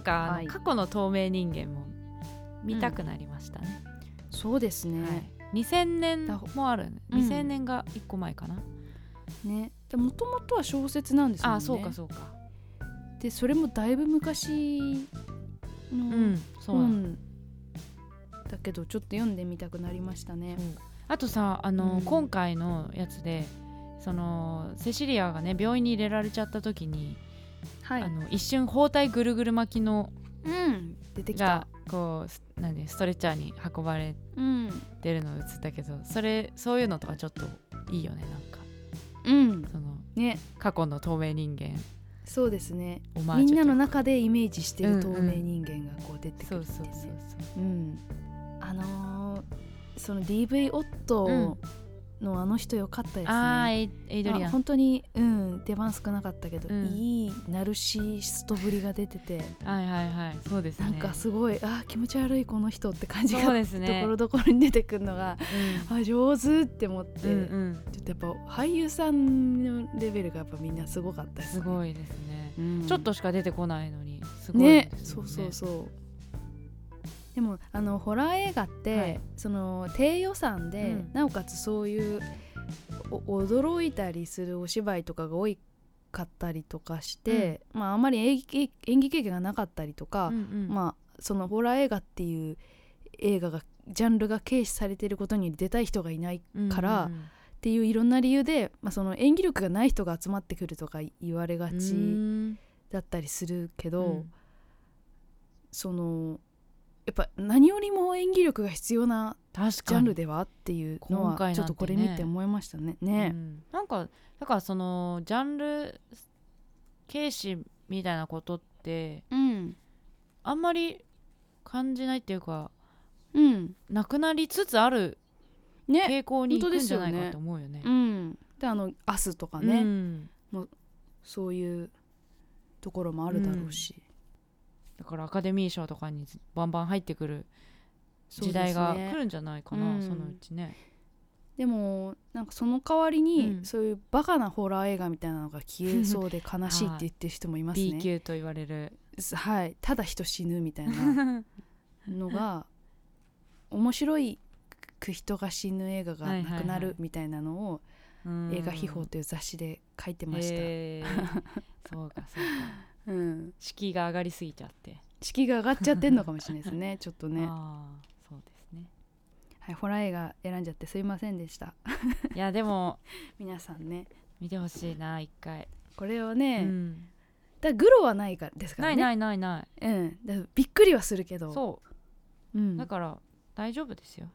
S2: か、あの
S1: はい
S2: 過去の透明人間も見たくなりましたね、
S1: そうですね、
S2: はい、2000年もある、ね、
S1: うん
S2: 2000年が1個前かな、
S1: ねでもともとは小説なんですもんね
S2: あそうかそうか
S1: でそれもだいぶ昔
S2: うん、
S1: の
S2: そうなんだ
S1: 本だけどちょっと読んでみたくなりましたね
S2: あとさあの、
S1: うん
S2: 今回のやつでそのセシリアがね病院に入れられちゃった時に、
S1: はい
S2: あの一瞬包帯ぐるぐる巻きの
S1: うん出てきた
S2: がこうす何ストレッチャーに運ばれ
S1: うん
S2: てるの映ったけどそれそういうのとかちょっといいよねなんか
S1: うん
S2: その
S1: ね
S2: 過去の透明人間
S1: そうですね
S2: オマー
S1: み
S2: ジュ
S1: んなの
S2: な
S1: 中でイメージしてる透明人間がこう出てく
S2: そ
S1: る
S2: う
S1: ってい
S2: そうう
S1: ね
S2: そう
S1: うんあのーその DV オットーのあの人良かったです
S2: そう
S1: ね、
S2: ああエイエイドリ
S1: ま
S2: ア
S1: あ
S2: ン
S1: 本当に、うん、出番少なかったけど、
S2: うん
S1: いいナルシストぶりが出てて
S2: はいはいはいそうですね
S1: なんかすごい、あー気持ち悪いこの人って感じ
S2: そう
S1: が、
S2: です ね
S1: ところどころに出てくるのが
S2: う
S1: あ上手って思って、
S2: んうんうん
S1: ちょっとやっぱ俳優さんのレベルがやっぱみんなすごかったです
S2: す
S1: ね、
S2: ごいですね
S1: うん
S2: ちょっとしか出てこないのにすごい
S1: ね
S2: です
S1: そ
S2: よ
S1: うそうそうでもあのホラー映画って、
S2: はい
S1: その低予算で、
S2: うん
S1: なおかつそういうお驚いたりするお芝居とかが多かったりとかして、まああまり演技演技経験がなかったりとか、
S2: うんうん
S1: まあそのホラー映画っていう映画がジャンルが軽視されていることにより出たい人がいないから
S2: うんうんうん
S1: っていういろんな理由で、まあ、その演技力がない人が集まってくるとか言われが
S2: う
S1: ち
S2: ーん
S1: だったりするけど、
S2: うん
S1: そのやっぱ何よりも演技力が必要な
S2: 確
S1: ジ
S2: か
S1: ャンル
S2: に
S1: ではっていうの
S2: 今
S1: は
S2: 回なんてね
S1: ちょっとこれ見て思いましたね。ね、
S2: うんなんかだからそのジャンル軽視みたいなことって
S1: うん、
S2: あんまり感じないっていうか
S1: うん、
S2: なくなりつつある
S1: ね、
S2: 傾向にい
S1: 本
S2: く
S1: 当
S2: ん
S1: です
S2: じゃ
S1: よね
S2: ないかと思うよね。
S1: うん、であの明日とか
S2: う
S1: ね、
S2: ん
S1: そういうところもあるだろうし、
S2: だからアカデミー賞とかにバンバン入ってくる
S1: そう
S2: 時
S1: ですね
S2: 代が来るんじゃないかな
S1: うん
S2: そのうちね。
S1: でもなんかその代わりに、
S2: うん
S1: そういうバカなホラー映画みたいなのが消えそうで悲しいって言ってる人もいます
S2: B
S1: ね。
S2: 級と言われる。
S1: はい、ただ人死ぬみたいな のが面白いく人が死ぬ映画がなくなるみたいなのを映
S2: 映
S1: 画秘宝という雑誌で書いてました。
S2: そう かそうか。
S1: うん、
S2: 敷居が上がりすぎちゃって。
S1: 敷居が上がっちゃってんのかもしれないですね。ちょっとね、は
S2: ああそうですね。
S1: い、ホラー映画選んじゃってすいませんでした。
S2: いやでも
S1: 皆さんね、
S2: 見てほしいな一回。
S1: これをね、
S2: うん
S1: だからグロはないからですから
S2: な
S1: ね。
S2: いないないない。
S1: うん、だからびっくりはするけど、、
S2: そうう。
S1: ん、
S2: だから大丈夫 ですよ。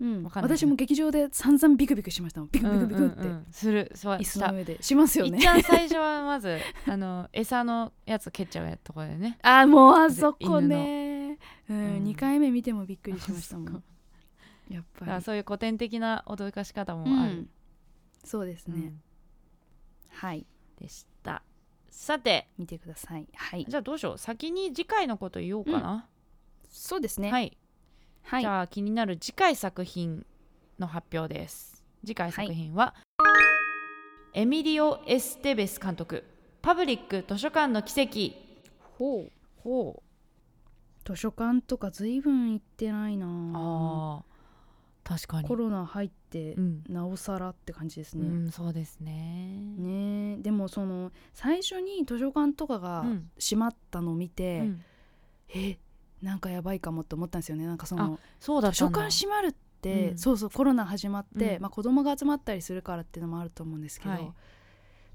S1: うん、
S2: わかんないね
S1: 私も劇場で散々ビクビクしましたもんビクビクビクって、
S2: うんうんうんするそう
S1: 椅
S2: し
S1: 子
S2: た
S1: の上でしますよ
S2: いっ
S1: ね
S2: ちゃん最初は まずあの餌のやつ蹴っちゃうとこでね
S1: あーもうあそこねうん、
S2: うん
S1: 2回目見てもびっくりしましたも
S2: あそ
S1: んやっ
S2: だか
S1: ぱ
S2: ら
S1: り
S2: そういう古典的な驚かし方も
S1: う
S2: ある、
S1: ん、そうですね、
S2: うん
S1: はい
S2: でしたさて
S1: 見てくださいはい
S2: じゃあどうしよう先に次回のこと言おうかな、
S1: そうですね
S2: はい、
S1: はい
S2: じゃあ気になる次回作品の発表です次回作品は、エミリオ・エステベス監督「パブリック図書館の奇跡
S1: ほう」
S2: ほう
S1: 図書館とかずいぶん行ってないな
S2: あー確かに
S1: コロナ入って
S2: うん、
S1: なおさらって感じです
S2: う
S1: ね、
S2: ん、そうですね
S1: ねえでもその最初に図書館とかが
S2: うん
S1: 閉まったのを見て、
S2: うん
S1: えなんかやばいかもって思ったんですよねなんかその
S2: そうだっ
S1: 図
S2: た
S1: 書
S2: んだ
S1: 館閉まるって、
S2: うん
S1: そうそうコロナ始まって、
S2: うん
S1: まあ、子供が集まったりするからっていうのもあると思うんですけど、
S2: はい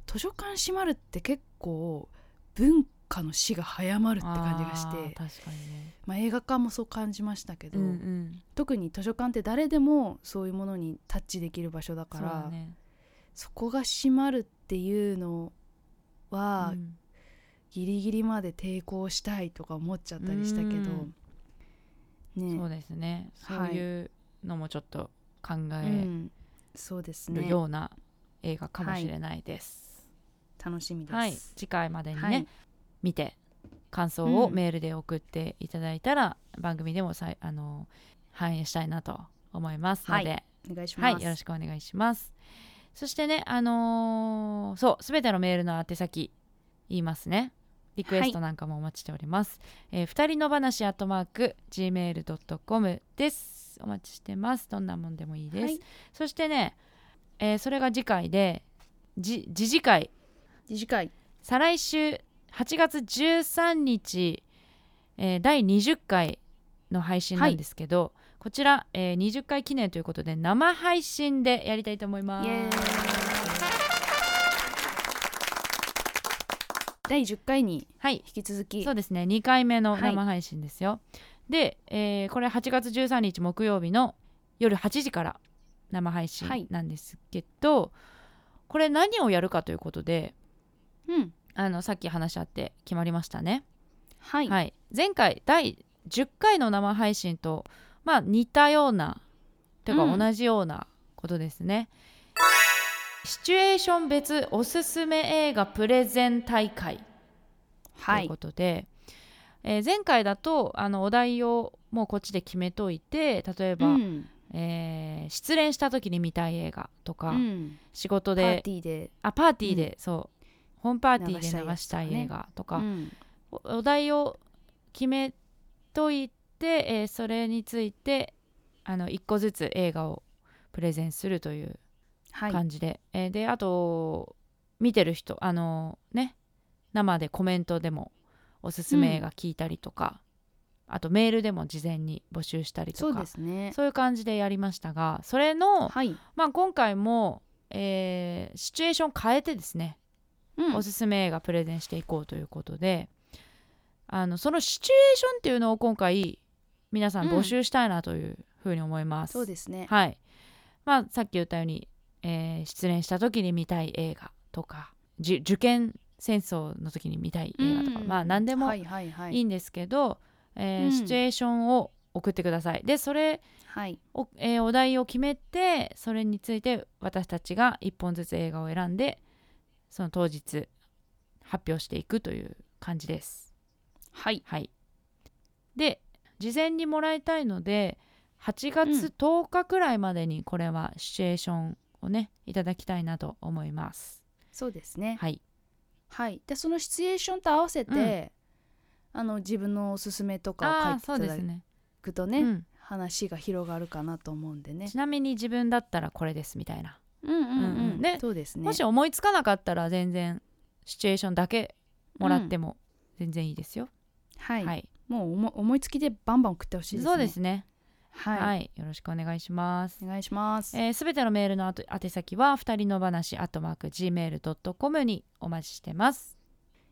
S1: 図書館閉まるって結構文化の死が早まるって感じがし
S2: あー
S1: て
S2: 確かにね、
S1: まあ、映画館もそう感じましたけど、
S2: うんうん、
S1: 特に図書館って誰でもそういうものにタッチできる場所だか
S2: そう
S1: ら
S2: だ
S1: そ,、
S2: ね
S1: こが閉まるっていうのは、
S2: うん
S1: ギリギリまで抵抗したいとか思っちゃったりしたけど、ね
S2: そうですねそ
S1: は
S2: う
S1: い
S2: いうのもちょっと考
S1: う
S2: え
S1: ん、そうです
S2: る
S1: ね
S2: ような映画かもしれないです。
S1: 楽しみです、
S2: はい、次回までにね、
S1: はい
S2: 見て感想を
S1: うん
S2: メールで送っていただいたら、番組でもさいあの反映したいなと思いますので、
S1: はお願いし
S2: は
S1: ます、
S2: い、よろしくお願いします。そしてね、あのーそう、すべてのメールの宛先言いますね。リクエストなんかもお待ちしております。えー二人の話アットマーク gmail.com です。お待ちしてます。どんなもんでもいいです。
S1: はい
S2: そしてね、えーそれが次回で、じ次次回
S1: 次回
S2: 再来週8月13日、えー第20回の配信なんですけど、こちら、えー20回記念ということで生配信でやりたいと思いま
S1: イ
S2: す。
S1: エーイ第10回に
S2: はい
S1: 引き続き
S2: そうですね2回目の
S1: はい
S2: 生配信ですよ、で、えーこれ8月13日木曜日の夜8時から生配信
S1: はい
S2: なんですけど、これ何をやるかということで
S1: うん
S2: あのさっき話し合って決まりましたね、
S1: はい、
S2: はい、前回第10回の生配信とまあ似たようなてか
S1: うん
S2: 同じようなことですね、シチュエーション別おすすめ映画プレゼン大会
S1: は
S2: という
S1: い
S2: ことで、えー前回だとあのお題をもうこっちで決めといて例えば、
S1: うん
S2: えー失恋した時に見たい映画とか、
S1: うん
S2: 仕事
S1: パー
S2: で
S1: ティーで、
S2: あパーティーで、そう本パーティー
S1: 流したいやつとかね
S2: で流したい映画と
S1: う
S2: か、
S1: ん、
S2: おお題を決めといて、えーそれについてあの1個ずつ映画をプレゼンするという
S1: はい
S2: 感じで、えーであと見てる人あのね生でコメントでもおすすめ映画聞いたりとか、あとメールでも事前に募集したり
S1: そ
S2: と
S1: う
S2: か
S1: ですね
S2: そういう感じでやりましたがそれの、
S1: はい、
S2: まあ、今回も、えーシチュエーション変えてですね、
S1: うん
S2: おすすめ映画プレゼンしていこうということであのそのシチュエーションっていうのを今回皆さん募集したいなというふうに思います。
S1: そうですね
S2: はい。まあさっき言ったように、えー失恋した時に見たい映画とか、じゅ受験戦争の時に見たい映画とか、
S1: うん
S2: まあ何でも
S1: はいいはいはい
S2: いんですけど、えー
S1: うん
S2: シチュエーションを送ってください。でそれ
S1: はい
S2: を、えーお題を決めて、それについて私たちが一本ずつ映画を選んで、その当日発表していくという感じです。
S1: はい
S2: はい。で、事前にもらいたいので、8
S1: うん
S2: 月10日くらいまでにこれはシチュエーションをね、いただきたいなと思います。
S1: そうですね
S2: はい。
S1: はいでそのシチュエーションと合わせて、あの自分のおすすめとかを書
S2: あ
S1: い
S2: あ、
S1: てい
S2: そう
S1: た
S2: で
S1: だ
S2: すね。
S1: くとね
S2: うん
S1: 話が広がるかなと思うんでね
S2: ちなみに自分だったらこれですみたいな。
S1: うんうん
S2: うんうんね
S1: そうですね
S2: もし思いつかなかったら全然シチュエーションだけもらっても全然いいですよ。
S1: はい、
S2: はい。
S1: もう思思いつきでバンバン送ってほしいですね
S2: そうですね。
S1: はい、
S2: はい。よろしくお願いします
S1: お。願いします、
S2: えーすべてのメールのあと宛先は二人の話アットマーク gmail.com にお待ちしてます。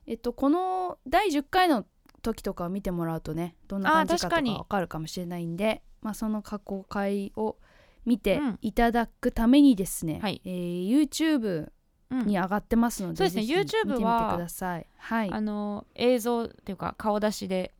S1: えっとこの第10回の時とかを見てもらうとねどんな感じか
S2: あー確
S1: と
S2: か
S1: か
S2: に
S1: わかるかもしれないんでまあ、その過去回を見て
S2: うん
S1: いただくためにですね、
S2: はい
S1: えー YouTube
S2: うん
S1: に上がってますので、
S2: そうですね
S1: ぜひ見てみ
S2: YouTube
S1: てく
S2: は
S1: ださいはい
S2: あの映像っていうか顔出しで、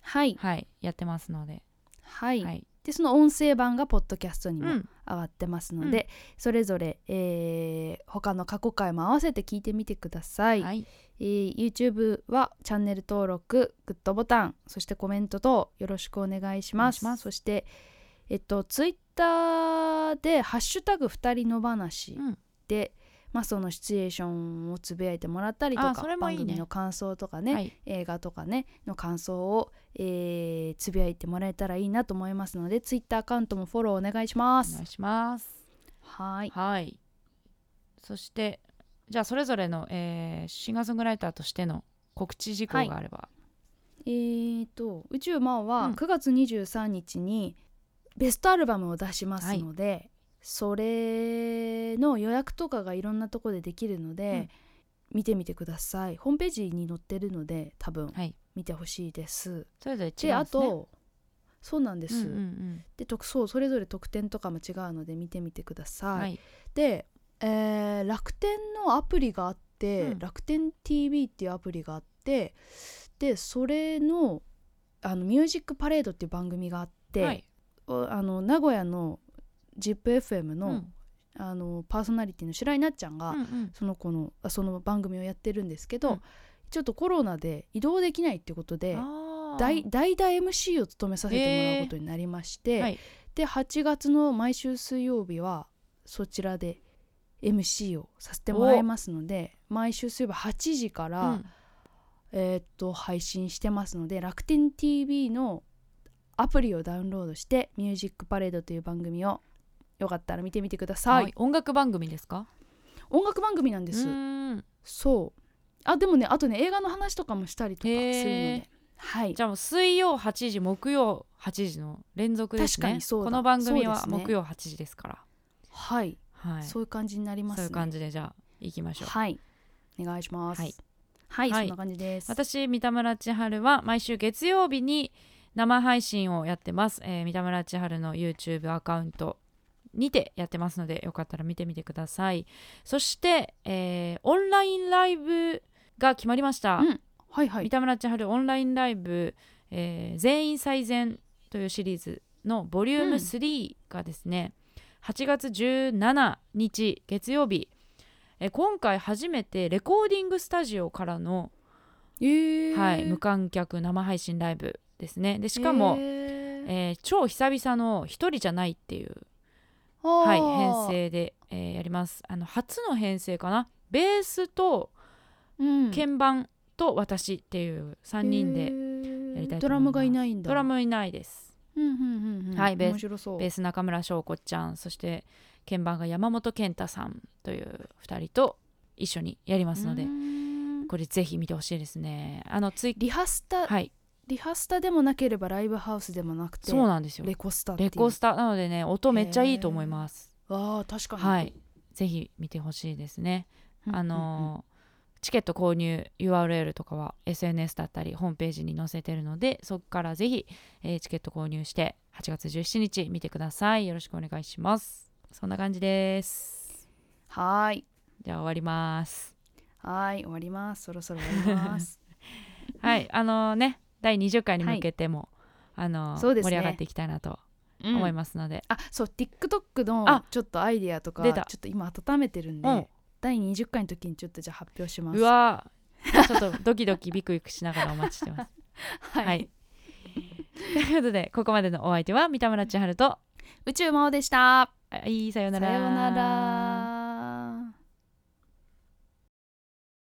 S1: はい
S2: はい、やってますので、
S1: はい、
S2: はい
S1: でその音声版がポッドキャストに
S2: う
S1: も
S2: ん、
S1: 上がってますので、それぞれ、えー他の過去回も合わせて聞いてみてください、
S2: はい、
S1: えー YouTube はチャンネル登録グッドボタンそしてコメント等よろしくお願いします
S2: お願いします
S1: そしてえっと Twitter で「ハッシュタグ二人の話
S2: うん
S1: で」まあ、そのシチュエーションをつぶやいてもらったりと
S2: あ
S1: か
S2: それもいいね
S1: 番組の感想とかね、
S2: はい、
S1: 映画とかねの感想を、えーつぶやいてもらえたらいいなと思いますので Twitter アカウントもフォローお願いしま
S2: お
S1: す
S2: 願いします。
S1: はい
S2: はい、そしてじゃあそれぞれの、えーシンガーソングライターとしての告知事項があれば、
S1: えー、と宇宙マン
S2: う
S1: は
S2: ん
S1: 9月23日にベストアルバムを出しますので、それの予約とかがいろんなとこでできるので、見てみてくださいホームページに載ってるので多分
S2: はい
S1: 見てほしいです。
S2: それぞれ違うんです、
S1: で
S2: ね、
S1: あとそうなんで
S2: うん
S1: す、
S2: うんうん
S1: で特そうそれぞれ特典とかも違うので見てみてください。
S2: はい、
S1: で、えー楽天のアプリがあって、
S2: うん
S1: 楽天 TV っていうアプリがあってでそれのあの「ミュージックパレード」っていう番組があって、
S2: はい
S1: おあの名古屋の ZIPFM の,、
S2: うん
S1: あのパーソナリティの白井なっちゃんが、
S2: うんうん
S1: その子のあその番組をやってるんですけど、
S2: うん
S1: ちょっとコロナで移動できないってことで
S2: あー
S1: 代代々 MC を務めさせてもらうことになりまして、
S2: はい
S1: で8月の毎週水曜日はそちらで MC をさせてもらいますので毎週水曜日8時から、
S2: うん
S1: えーっと配信してますので楽天 TV のアプリをダウンロードして「ミュージックパレード」という番組をよかったら見てみてください、
S2: はい音楽番組ですか
S1: 音楽番組なんで、
S2: ですん
S1: そうあでもねあとね映画の話とかもしたりとかするの
S2: へー
S1: ではい
S2: じゃあもう水曜8時木曜8時の連続ですね
S1: 確かにそうだ
S2: この番組は
S1: そうですね
S2: 木曜8時ですから
S1: はい、
S2: はい
S1: そういう感じになります
S2: そう
S1: ね
S2: いう感じでじゃあ行きましょう
S1: はいお願いします
S2: はい
S1: はい、
S2: はい
S1: そんな感じです
S2: 私三田村千春は毎週月曜日に生配信をやってます、えー三田村千春の YouTube アカウントにてやってますのでよかったら見てみてくださいそして、えーオンラインライブが決まりました、
S1: うんはいはい
S2: 三田村千春オンラインライブ、えー全員最善というシリーズのボリュー
S1: うん
S2: ム3がですね、8月17日月曜日、えー今回初めてレコーディングスタジオからの、
S1: えー
S2: はい、無観客生配信ライブですねでしかも、え
S1: えー
S2: ー超久々の一人じゃないっていう、
S1: あー
S2: はい、編成で、えーやりますあの初の編成かなベースと
S1: うん
S2: 鍵盤と私っていう3人でやりたいと思います
S1: ドラムがいないんだ
S2: ドラムいないです
S1: うんうんうんうん
S2: はいベース
S1: 面白そう
S2: ベース中村翔子ちゃんそして鍵盤が山本健太さんという2人と一緒にやりますの
S1: う
S2: で
S1: ーん
S2: これぜひ見てほしいですねあのツイッ
S1: リハスタ
S2: はい
S1: リハスタでもなければライブハウスでもなくて
S2: そうなんですよ
S1: レコスタってい
S2: レ
S1: う
S2: コスタなのでね音めっちゃいいと思います
S1: あー確かに
S2: はいぜひ見てほしいですね
S1: うん
S2: あ
S1: うんうん
S2: のチケット購入 URL とかは SNS だったりホームページに載せてるのでそこからぜひ、えーチケット購入して8月17日見てくださいよろしくお願いしますそんな感じです
S1: はーい
S2: じゃあ終わります。
S1: はーい終わりますそろそろ終わります
S2: はい、あのね、第20回に向けても、あの
S1: そうですね
S2: 盛り上がっていきたいなと
S1: うん
S2: 思いますので、
S1: あそう TikTok の
S2: あ
S1: ちょっとアイディアとかちょ
S2: 出た
S1: っと今温めてるんで、
S2: うん
S1: 第20回の時にちょっとじゃあ発表します
S2: うわー、ちょっとドキドキビクビクしながらお待ちしてます。
S1: はい、
S2: はい。ということで、ここまでのお相手は三田村千春と、
S1: 宇宙魔王でした
S2: あいいさよう
S1: さ
S2: な
S1: ような
S2: ら。
S1: ら